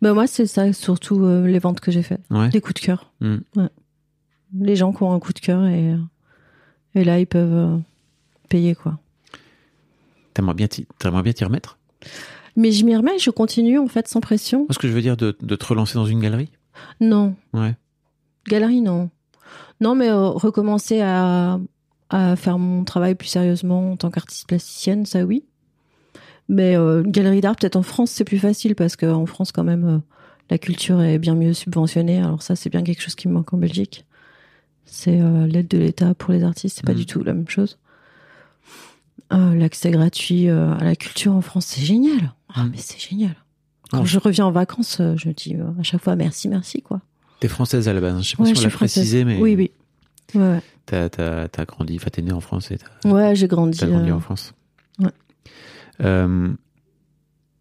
Bah, moi, c'est ça, surtout euh, les ventes que j'ai faites. Ouais. Des coups de cœur. Mm. Ouais. Les gens qui ont un coup de cœur et, euh, et là, ils peuvent euh, payer, quoi. T'aimerais bien t'y- t'aimerais bien t'y remettre Mais je m'y remets, je continue, en fait, sans pression. Ce que je veux dire de, de te relancer dans une galerie Non. Ouais. Galerie, non. Non, mais euh, recommencer à, à faire mon travail plus sérieusement en tant qu'artiste plasticienne, ça oui. Mais euh, une galerie d'art, peut-être en France, c'est plus facile parce qu'en France, quand même, euh, la culture est bien mieux subventionnée. Alors, ça, c'est bien quelque chose qui me manque en Belgique. C'est euh, l'aide de l'État pour les artistes, c'est pas Mhm. du tout la même chose. Euh, L'accès gratuit euh, à la culture en France, c'est génial. Ah, Mhm. mais c'est génial. Quand Non, je reviens en vacances, euh, je dis euh, à chaque fois merci, merci, quoi. T'es française à la base, hein. je sais pas Ouais, si je on suis l'a française. précisé, mais Euh, Oui, oui. Ouais, t'as, t'as- t'as grandi, enfin t'es née en France et t'as, ouais. Ouais, j'ai grandi. t'as grandi euh, en France. ouais. Euh,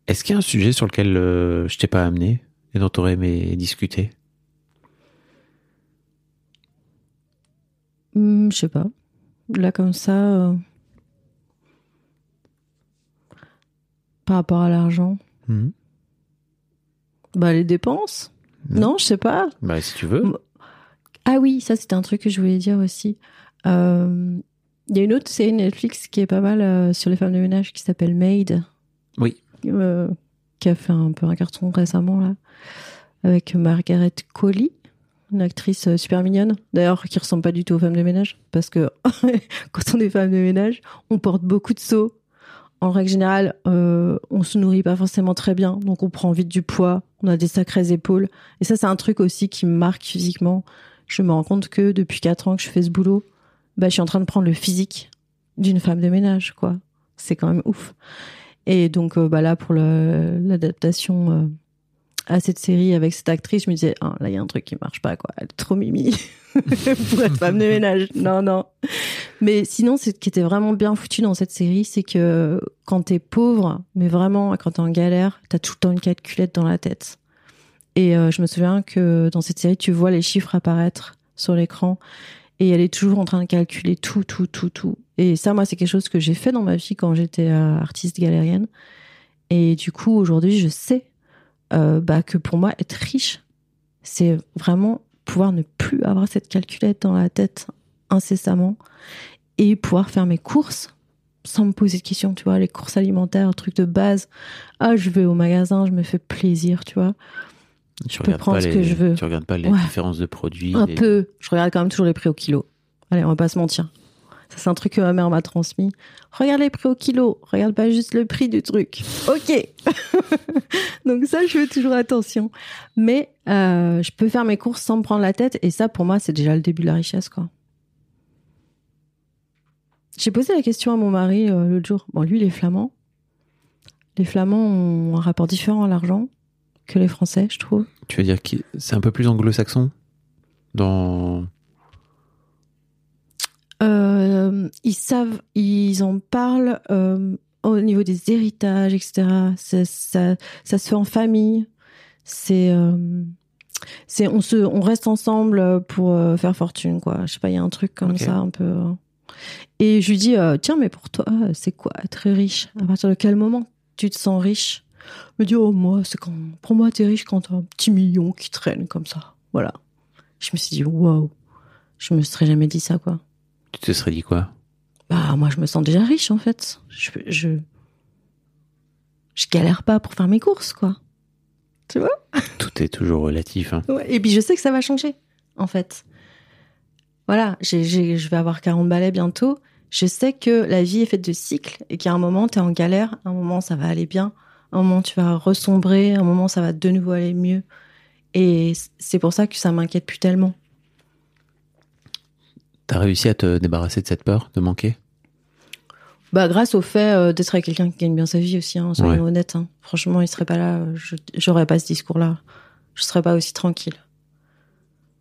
est-ce qu'il y a un sujet sur lequel euh, je t'ai pas amené et dont t'aurais aimé discuter hmm, je sais pas. Là, comme ça. euh, Par rapport à l'argent. Mhm. Bah, les dépenses. Non. Non, je sais pas. Bah si tu Hmm, veux. Ah oui, ça, c'était un truc que je voulais dire aussi. Euh, Il y a une autre série Netflix qui est pas mal euh, sur les femmes de ménage qui s'appelle Maid. Oui. Euh, qui a fait un peu un carton récemment, là. Avec Margaret Coley, une actrice euh, super mignonne. D'ailleurs, qui ressemble pas du tout aux femmes de ménage. Parce que quand on est femme de ménage, on porte beaucoup de seaux. En règle générale, euh, on se nourrit pas forcément très bien, donc on prend vite du poids, on a des sacrées épaules. Et ça, c'est un truc aussi qui me marque physiquement. Je me rends compte que depuis 4 ans que je fais ce boulot, bah, je suis en train de prendre le physique d'une femme de ménage, quoi. C'est quand même ouf. Et donc, euh, bah, là, pour le- l'adaptation euh, à cette série avec cette actrice, je me disais, Ah, là, il y a un truc qui marche pas, quoi. Elle est trop mimi pour être femme de ménage. Non, non. Mais sinon, ce qui était vraiment bien foutu dans cette série, c'est que euh, quand t'es pauvre, mais vraiment, quand t'es en galère, t'as tout le temps une calculette dans la tête. Et euh, je me souviens que dans cette série, tu vois les chiffres apparaître sur l'écran et elle est toujours en train de calculer tout, tout, tout, tout. Et ça, moi, c'est quelque chose que j'ai fait dans ma vie quand j'étais euh, artiste galérienne. Et du coup, aujourd'hui, je sais euh, bah, que pour moi, être riche, c'est vraiment pouvoir ne plus avoir cette calculette dans la tête incessamment et pouvoir faire mes courses sans me poser de questions, tu vois, les courses alimentaires, trucs de base. Ah, je vais au magasin, je me fais plaisir, tu vois. Tu peux regardes prendre pas ce les- que je veux. Tu regardes pas les Ouais. différences de produits. Un les- peu. Je regarde quand même toujours les prix au kilo. Allez, on va pas se mentir. Ça, c'est un truc que ma mère m'a transmis. Regarde les prix au kilo. Regarde pas juste le prix du truc. Ok. Donc ça, je fais toujours attention. Mais euh, je peux faire mes courses sans me prendre la tête. Et ça, pour moi, c'est déjà le début de la richesse, quoi. J'ai posé la question à mon mari euh, l'autre jour. Bon, lui, il est flamand. Les Flamands ont un rapport différent à l'argent que les Français, je trouve. Tu veux dire que c'est un peu plus anglo-saxon dans. Euh, ils savent, ils en parlent euh, au niveau des héritages, etc. Ça, ça, ça se fait en famille. C'est, euh, c'est, on se, on reste ensemble pour euh, faire fortune, quoi. Je sais pas, il y a un truc comme Ok. ça, un peu. euh. Et je lui dis, euh, tiens, mais pour toi, euh, c'est quoi être riche À partir de quel moment tu te sens riche Il me dit, oh moi, c'est quand, pour moi, t'es riche quand t'as un petit million qui traîne comme ça. Voilà. Je me suis dit, waouh, je me serais jamais dit ça, quoi. Tu te serais dit quoi Bah, moi, je me sens déjà riche, en fait. Je, je, je galère pas pour faire mes courses, quoi. Tout est toujours relatif. hein. Ouais, et puis, je sais que ça va changer, en fait. Voilà, j'ai- j'ai- je vais avoir 40 balais bientôt. Je sais que la vie est faite de cycles et qu'à un moment, t'es en galère, à un moment, ça va aller bien, à un moment, tu vas ressombrer, à un moment, ça va de nouveau aller mieux. Et c- c'est pour ça que ça m'inquiète plus tellement. T'as réussi à te débarrasser de cette peur de manquer Bah, grâce au fait euh, d'être avec quelqu'un qui gagne bien sa vie aussi, hein, soyons Ouais. honnêtes. hein. Franchement, il serait pas là, euh, je- j'aurais pas ce discours-là. Je serais pas aussi tranquille.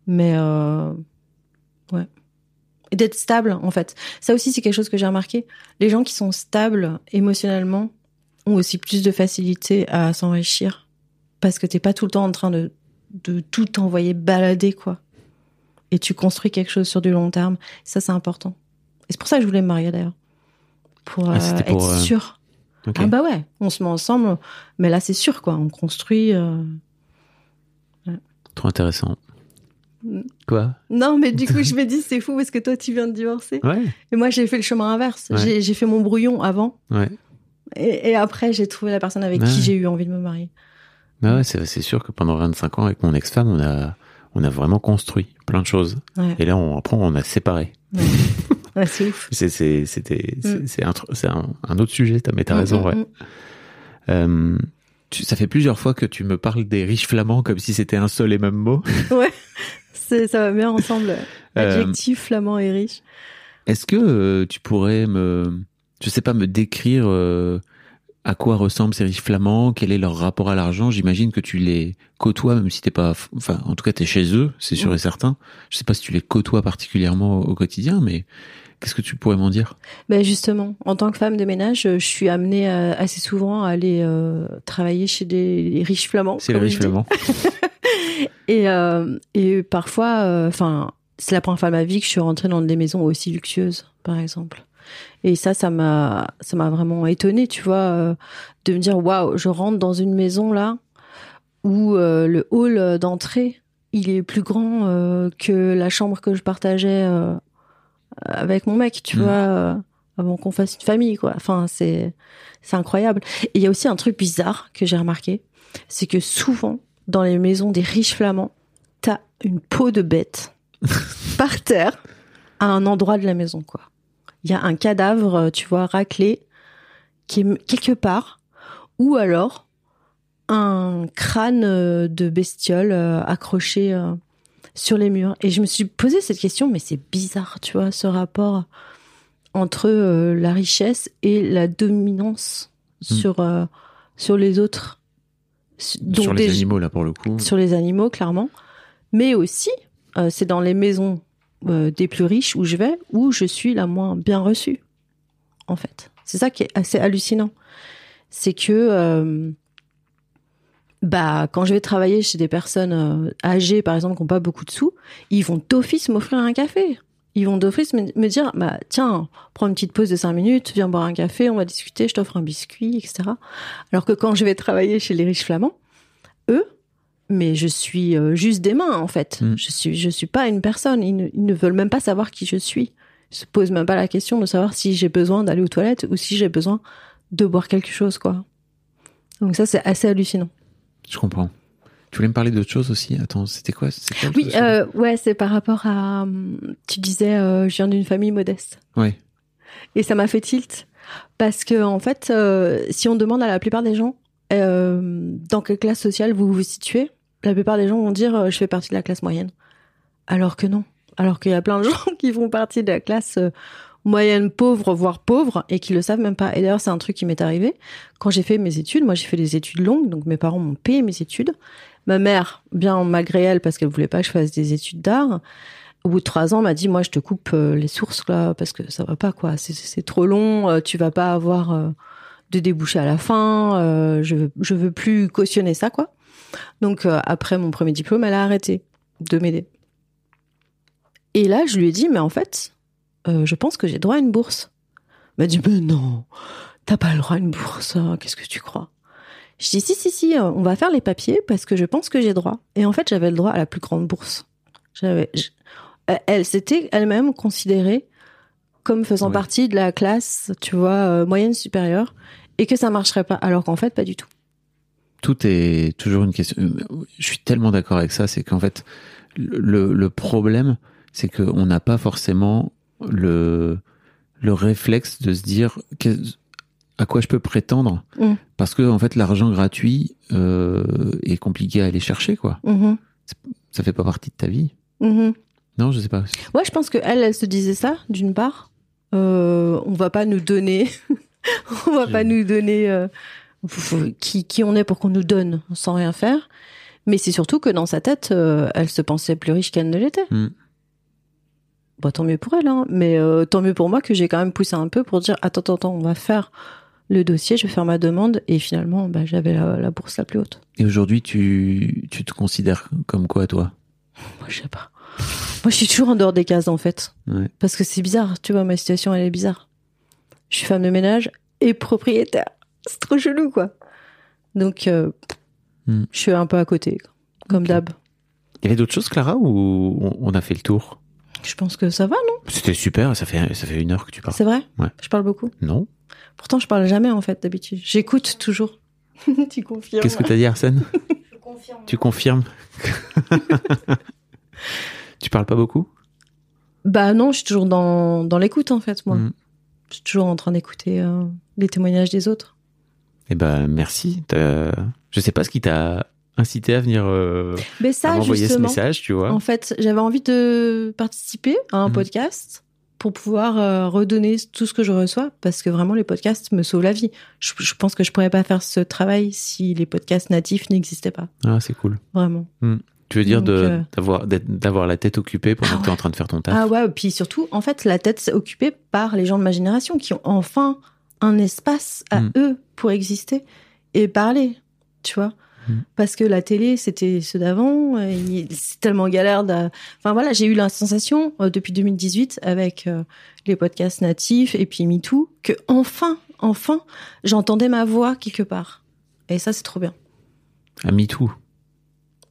Mais, euh, ouais. Et d'être stable, en fait. Ça aussi, c'est quelque chose que j'ai remarqué. Les gens qui sont stables émotionnellement ont aussi plus de facilité à s'enrichir. Parce que t'es pas tout le temps en train de, de tout envoyer balader, quoi. Et tu construis quelque chose sur du long terme. Ça, c'est important. Et c'est pour ça que je voulais me marier, d'ailleurs. Pour, Ah, euh, c'était être pour, euh, sûr. Ok. Ah bah ouais, on se met ensemble. Mais là, c'est sûr, quoi. On construit. euh, Trop intéressant. Mm. Quoi Non, mais du coup, je me dis, c'est fou parce que toi, tu viens de divorcer. Ouais. Et moi, j'ai fait le chemin inverse. Ouais. J'ai- J'ai fait mon brouillon avant. Ouais. Et, et après, j'ai trouvé la personne avec Ouais. qui j'ai eu envie de me marier. Bah ouais, c'est c'est sûr que pendant 25 ans avec mon ex-femme, on a, on a vraiment construit plein de choses. Ouais. Et là, on, après, on a séparé. Ouais, c'est ouf. C'est c'est- c'était- c'est- Mm. c'est un, tr- c'est un, un autre sujet, t'as- mais t'as raison, Mm, ouais. mm, mm. Euh, tu- ça fait plusieurs fois que tu me parles des riches flamands comme si c'était un seul et même mot. C'est- Ça va bien ensemble. Euh, Adjectif flamand et riche. Est-ce que euh, tu pourrais me, je sais pas, me décrire euh, à quoi ressemblent ces riches flamands, quel est leur rapport à l'argent J'imagine que tu les côtoies, même si t'es pas, enfin, en tout cas, t'es chez eux, c'est sûr et certain. Je sais pas si tu les côtoies particulièrement au, au quotidien, mais qu'est-ce que tu pourrais m'en dire Ben justement, en tant que femme de ménage, je suis amenée euh, assez souvent à aller euh, travailler chez des les riches flamands. C'est les comme riches je dis. flamands. Et, euh, et parfois, euh, enfin, c'est la première fois de ma vie que je suis rentrée dans des maisons aussi luxueuses, par exemple. Et ça, ça m'a, ça m'a vraiment étonnée, tu vois, euh, de me dire waouh, je rentre dans une maison là où euh, le hall euh, d'entrée il est plus grand euh, que la chambre que je partageais euh, avec mon mec, tu Mm. vois, euh, avant qu'on fasse une famille, quoi. Enfin, c'est, c'est incroyable. Et il y a aussi un truc bizarre que j'ai remarqué, c'est que souvent dans les maisons des riches flamands, t'as une peau de bête par terre à un endroit de la maison, quoi. Il y a un cadavre, euh, tu vois, raclé, qui est m- quelque part, ou alors un crâne euh, de bestiole euh, accroché. euh. sur les murs. Et je me suis posé cette question, mais c'est bizarre, tu vois, ce rapport entre euh, la richesse et la dominance Mm. sur, euh, sur les autres. Donc Sur les des- animaux, là, pour le coup. sur les animaux, clairement. Mais aussi, euh, c'est dans les maisons euh, des plus riches où je vais, où je suis la moins bien reçue, en fait. C'est ça qui est assez hallucinant. C'est que, euh, bah, quand je vais travailler chez des personnes euh, âgées, par exemple, qui n'ont pas beaucoup de sous, ils vont d'office m'offrir un café. Ils vont d'office me me dire, bah, tiens, prends une petite pause de 5 minutes, viens boire un café, on va discuter, je t'offre un biscuit, etc. Alors que quand je vais travailler chez les riches flamands, eux, mais je suis euh, juste des mains en fait. Mm. Je suis, je suis pas une personne. Ils ne, ils ne veulent même pas savoir qui je suis. Ils se posent même pas la question de savoir si j'ai besoin d'aller aux toilettes ou si j'ai besoin de boire quelque chose quoi. Donc ça c'est assez hallucinant. Je comprends. Tu voulais me parler d'autre chose aussi Attends, c'était quoi, c'est quoi le Oui, sujet euh, ouais, c'est par rapport à. hum, Tu disais, euh, je viens d'une famille modeste. Ouais. Et ça m'a fait tilt. Parce que, en fait, euh, si on demande à la plupart des gens euh, dans quelle classe sociale vous vous situez, la plupart des gens vont dire, euh, je fais partie de la classe moyenne. Alors que non. Alors qu'il y a plein de gens qui font partie de la classe euh, moyenne pauvre, voire pauvre, et qui le savent même pas. Et d'ailleurs, c'est un truc qui m'est arrivé. Quand j'ai fait mes études, moi j'ai fait des études longues, donc mes parents m'ont payé mes études. Ma mère, bien malgré elle, parce qu'elle voulait pas que je fasse des études d'art, au bout de trois ans, m'a dit moi je te coupe euh, les sources là parce que ça va pas quoi, c'est- c'est c'est trop long, euh, tu vas pas avoir euh, de débouchés à la fin, euh, je veux je veux plus cautionner ça quoi. Donc euh, après mon premier diplôme, elle a arrêté de m'aider. Et là, je lui ai dit mais en fait, euh, je pense que j'ai droit à une bourse. Elle m'a dit mais non, t'as pas le droit à une bourse, hein, qu'est-ce que tu crois Je dis si si si, euh, on va faire les papiers parce que je pense que j'ai droit. Et en fait, j'avais le droit à la plus grande bourse. J'avais je- euh, elle s'était elle-même considérée comme faisant Oui. partie de la classe, tu vois, euh, moyenne supérieure, et que ça marcherait pas, alors qu'en fait, pas du tout. Tout est toujours une question. Je suis tellement d'accord avec ça. C'est qu'en fait, le, le problème, c'est qu'on n'a pas forcément le, le réflexe de se dire qu'est- à quoi je peux prétendre. Mm. Parce que, en fait, l'argent gratuit euh, est compliqué à aller chercher, quoi. Mhm, Ça fait pas partie de ta vie. mhm. Non, je sais pas. Ouais, je pense que elle, elle se disait ça, d'une part. Euh, on va pas nous donner, on va pas nous donner euh, f- f- qui, qui on est pour qu'on nous donne sans rien faire. Mais c'est surtout que dans sa tête, euh, elle se pensait plus riche qu'elle ne l'était. Mm. Bah, tant mieux pour elle, hein. mais euh, tant mieux pour moi que j'ai quand même poussé un peu pour dire attends, attends, attends, on va faire le dossier, je vais faire ma demande. Et finalement, bah, j'avais la, la bourse la plus haute. Et aujourd'hui, tu, tu te considères comme quoi, toi Moi, je sais pas. Moi, je suis toujours en dehors des cases, en fait. Ouais. Parce que c'est bizarre, tu vois, ma situation, elle est bizarre. Je suis femme de ménage et propriétaire. C'est trop chelou, quoi. Donc, euh, Hmm. je suis un peu à côté, comme d'hab. Il y avait d'autres choses, Clara, ou on- on a fait le tour Je pense que ça va, non C'était super, ça fait, ça fait une heure que tu parles. C'est vrai Ouais. Je parle beaucoup. Non Pourtant, je parle jamais, en fait, d'habitude. J'écoute toujours. tu confirmes Qu'est-ce que t'as dit, Arsène Tu confirmes Tu parles pas beaucoup Bah non, je suis toujours dans, dans l'écoute, en fait, moi. Mm. Je suis toujours en train d'écouter euh, les témoignages des autres. Eh ben, merci. T'as- Je sais pas ce qui t'a incité à venir euh, Mais à ça, m'envoyer ce justement... message, tu vois. En fait, j'avais envie de participer à un Mhm. podcast pour pouvoir euh, redonner tout ce que je reçois parce que vraiment les podcasts me sauvent la vie. Je, je pense que je pourrais pas faire ce travail si les podcasts natifs n'existaient pas. Ah, c'est cool. Vraiment. Tu veux dire Donc, de- euh, d'avoir d'être- d'avoir la tête occupée pendant Ah que t'es en train de faire ton taf Ah ouais, puis surtout, en fait, la tête c'est occupée par les gens de ma génération qui ont enfin un espace à Mm. eux pour exister et parler, tu vois. Mm. Parce que la télé, c'était ceux d'avant, et il- c'est tellement galère. d'a- Enfin voilà, j'ai eu la sensation euh, depuis 2018 avec euh, les podcasts natifs et puis MeToo que enfin, enfin, j'entendais ma voix quelque part. Et ça, c'est trop bien. À Ah, MeToo.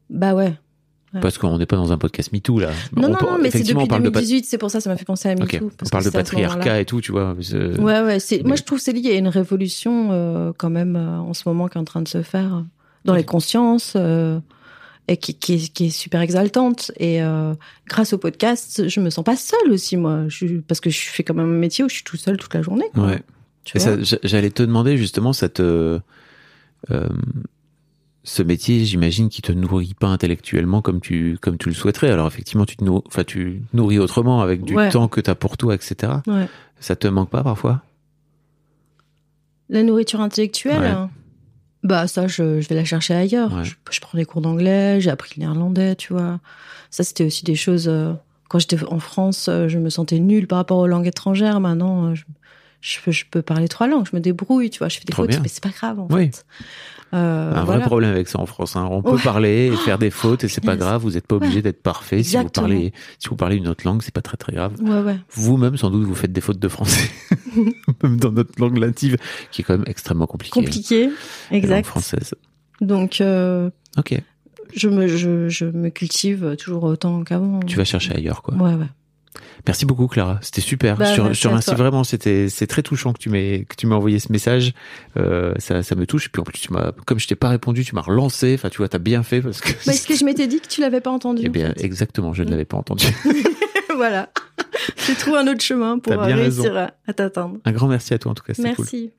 Bah ouais. Ouais. Parce qu'on n'est pas dans un podcast MeToo, là. Non, On non, peut- non, mais c'est effectivement, depuis on parle de pa- 2018, c'est pour ça, ça m'a fait penser à MeToo. Ok, on parce que parle de c'était à ce moment-là. patriarcat et tout, tu vois. parce, euh, Ouais, ouais. C'est... mais- Moi, je trouve que c'est lié. Il y a une révolution euh, quand même euh, en ce moment qui est en train de se faire euh, dans les consciences euh, et qui, qui, est, qui est super exaltante. Et euh, grâce au podcast, je me sens pas seule aussi, moi. Je, suis- parce que je fais quand même un métier où je suis toute seule toute la journée. quoi. ouais. Tu Et vois ça, j- J'allais te demander justement, ça te, euh, ce métier, j'imagine, qui te nourrit pas intellectuellement comme tu, comme tu le souhaiterais. Alors effectivement, tu te nourris, enfin, tu nourris autrement avec du Ouais. temps que tu as pour toi, etc. Ouais. Ça te manque pas parfois La nourriture intellectuelle, Ouais. hein, bah ça, je, je vais la chercher ailleurs. Ouais. Je, je prends des cours d'anglais, j'ai appris le néerlandais, tu vois. Ça, c'était aussi des choses. euh, quand j'étais en France, euh, je me sentais nulle par rapport aux langues étrangères. Maintenant, euh, je, je peux, je peux parler trois langues, je me débrouille, tu vois. Je fais des Trop fautes, bien. mais c'est pas grave en Oui. fait. Euh, Un voilà. vrai problème avec ça en France. hein. On peut Ouais. parler et faire des fautes et c'est pas punaise. grave. Vous n'êtes pas obligé d'être parfait. Exactement. Si vous parlez, si vous parlez une autre langue, c'est pas très très grave. Ouais, ouais. Vous-même, sans doute, vous faites des fautes de français, même dans notre langue native, qui est quand même extrêmement compliquée. Compliqué, la langue exact. française. Donc, euh, Ok. je me, je, je me cultive toujours autant qu'avant. Tu vas chercher ailleurs, quoi. Ouais, ouais. Merci beaucoup, Clara. C'était super. Bah, je te- je merci te, à remercie toi. vraiment. C'était, c'est très touchant que tu m'aies, que tu m'aies envoyé ce message. Euh, ça, ça me touche. Et puis en plus, tu m'as, comme je t'ai pas répondu, tu m'as relancé. Enfin, tu vois, t'as bien fait parce que. Parce que je m'étais dit que tu l'avais pas entendu. Eh en bien, fait. exactement. Mm. Je ne l'avais pas entendu. voilà. J'ai trouvé un autre chemin pour T'as euh, bien réussir raison. à, à t'atteindre. Un grand merci à toi, en tout cas. C'était cool. Merci.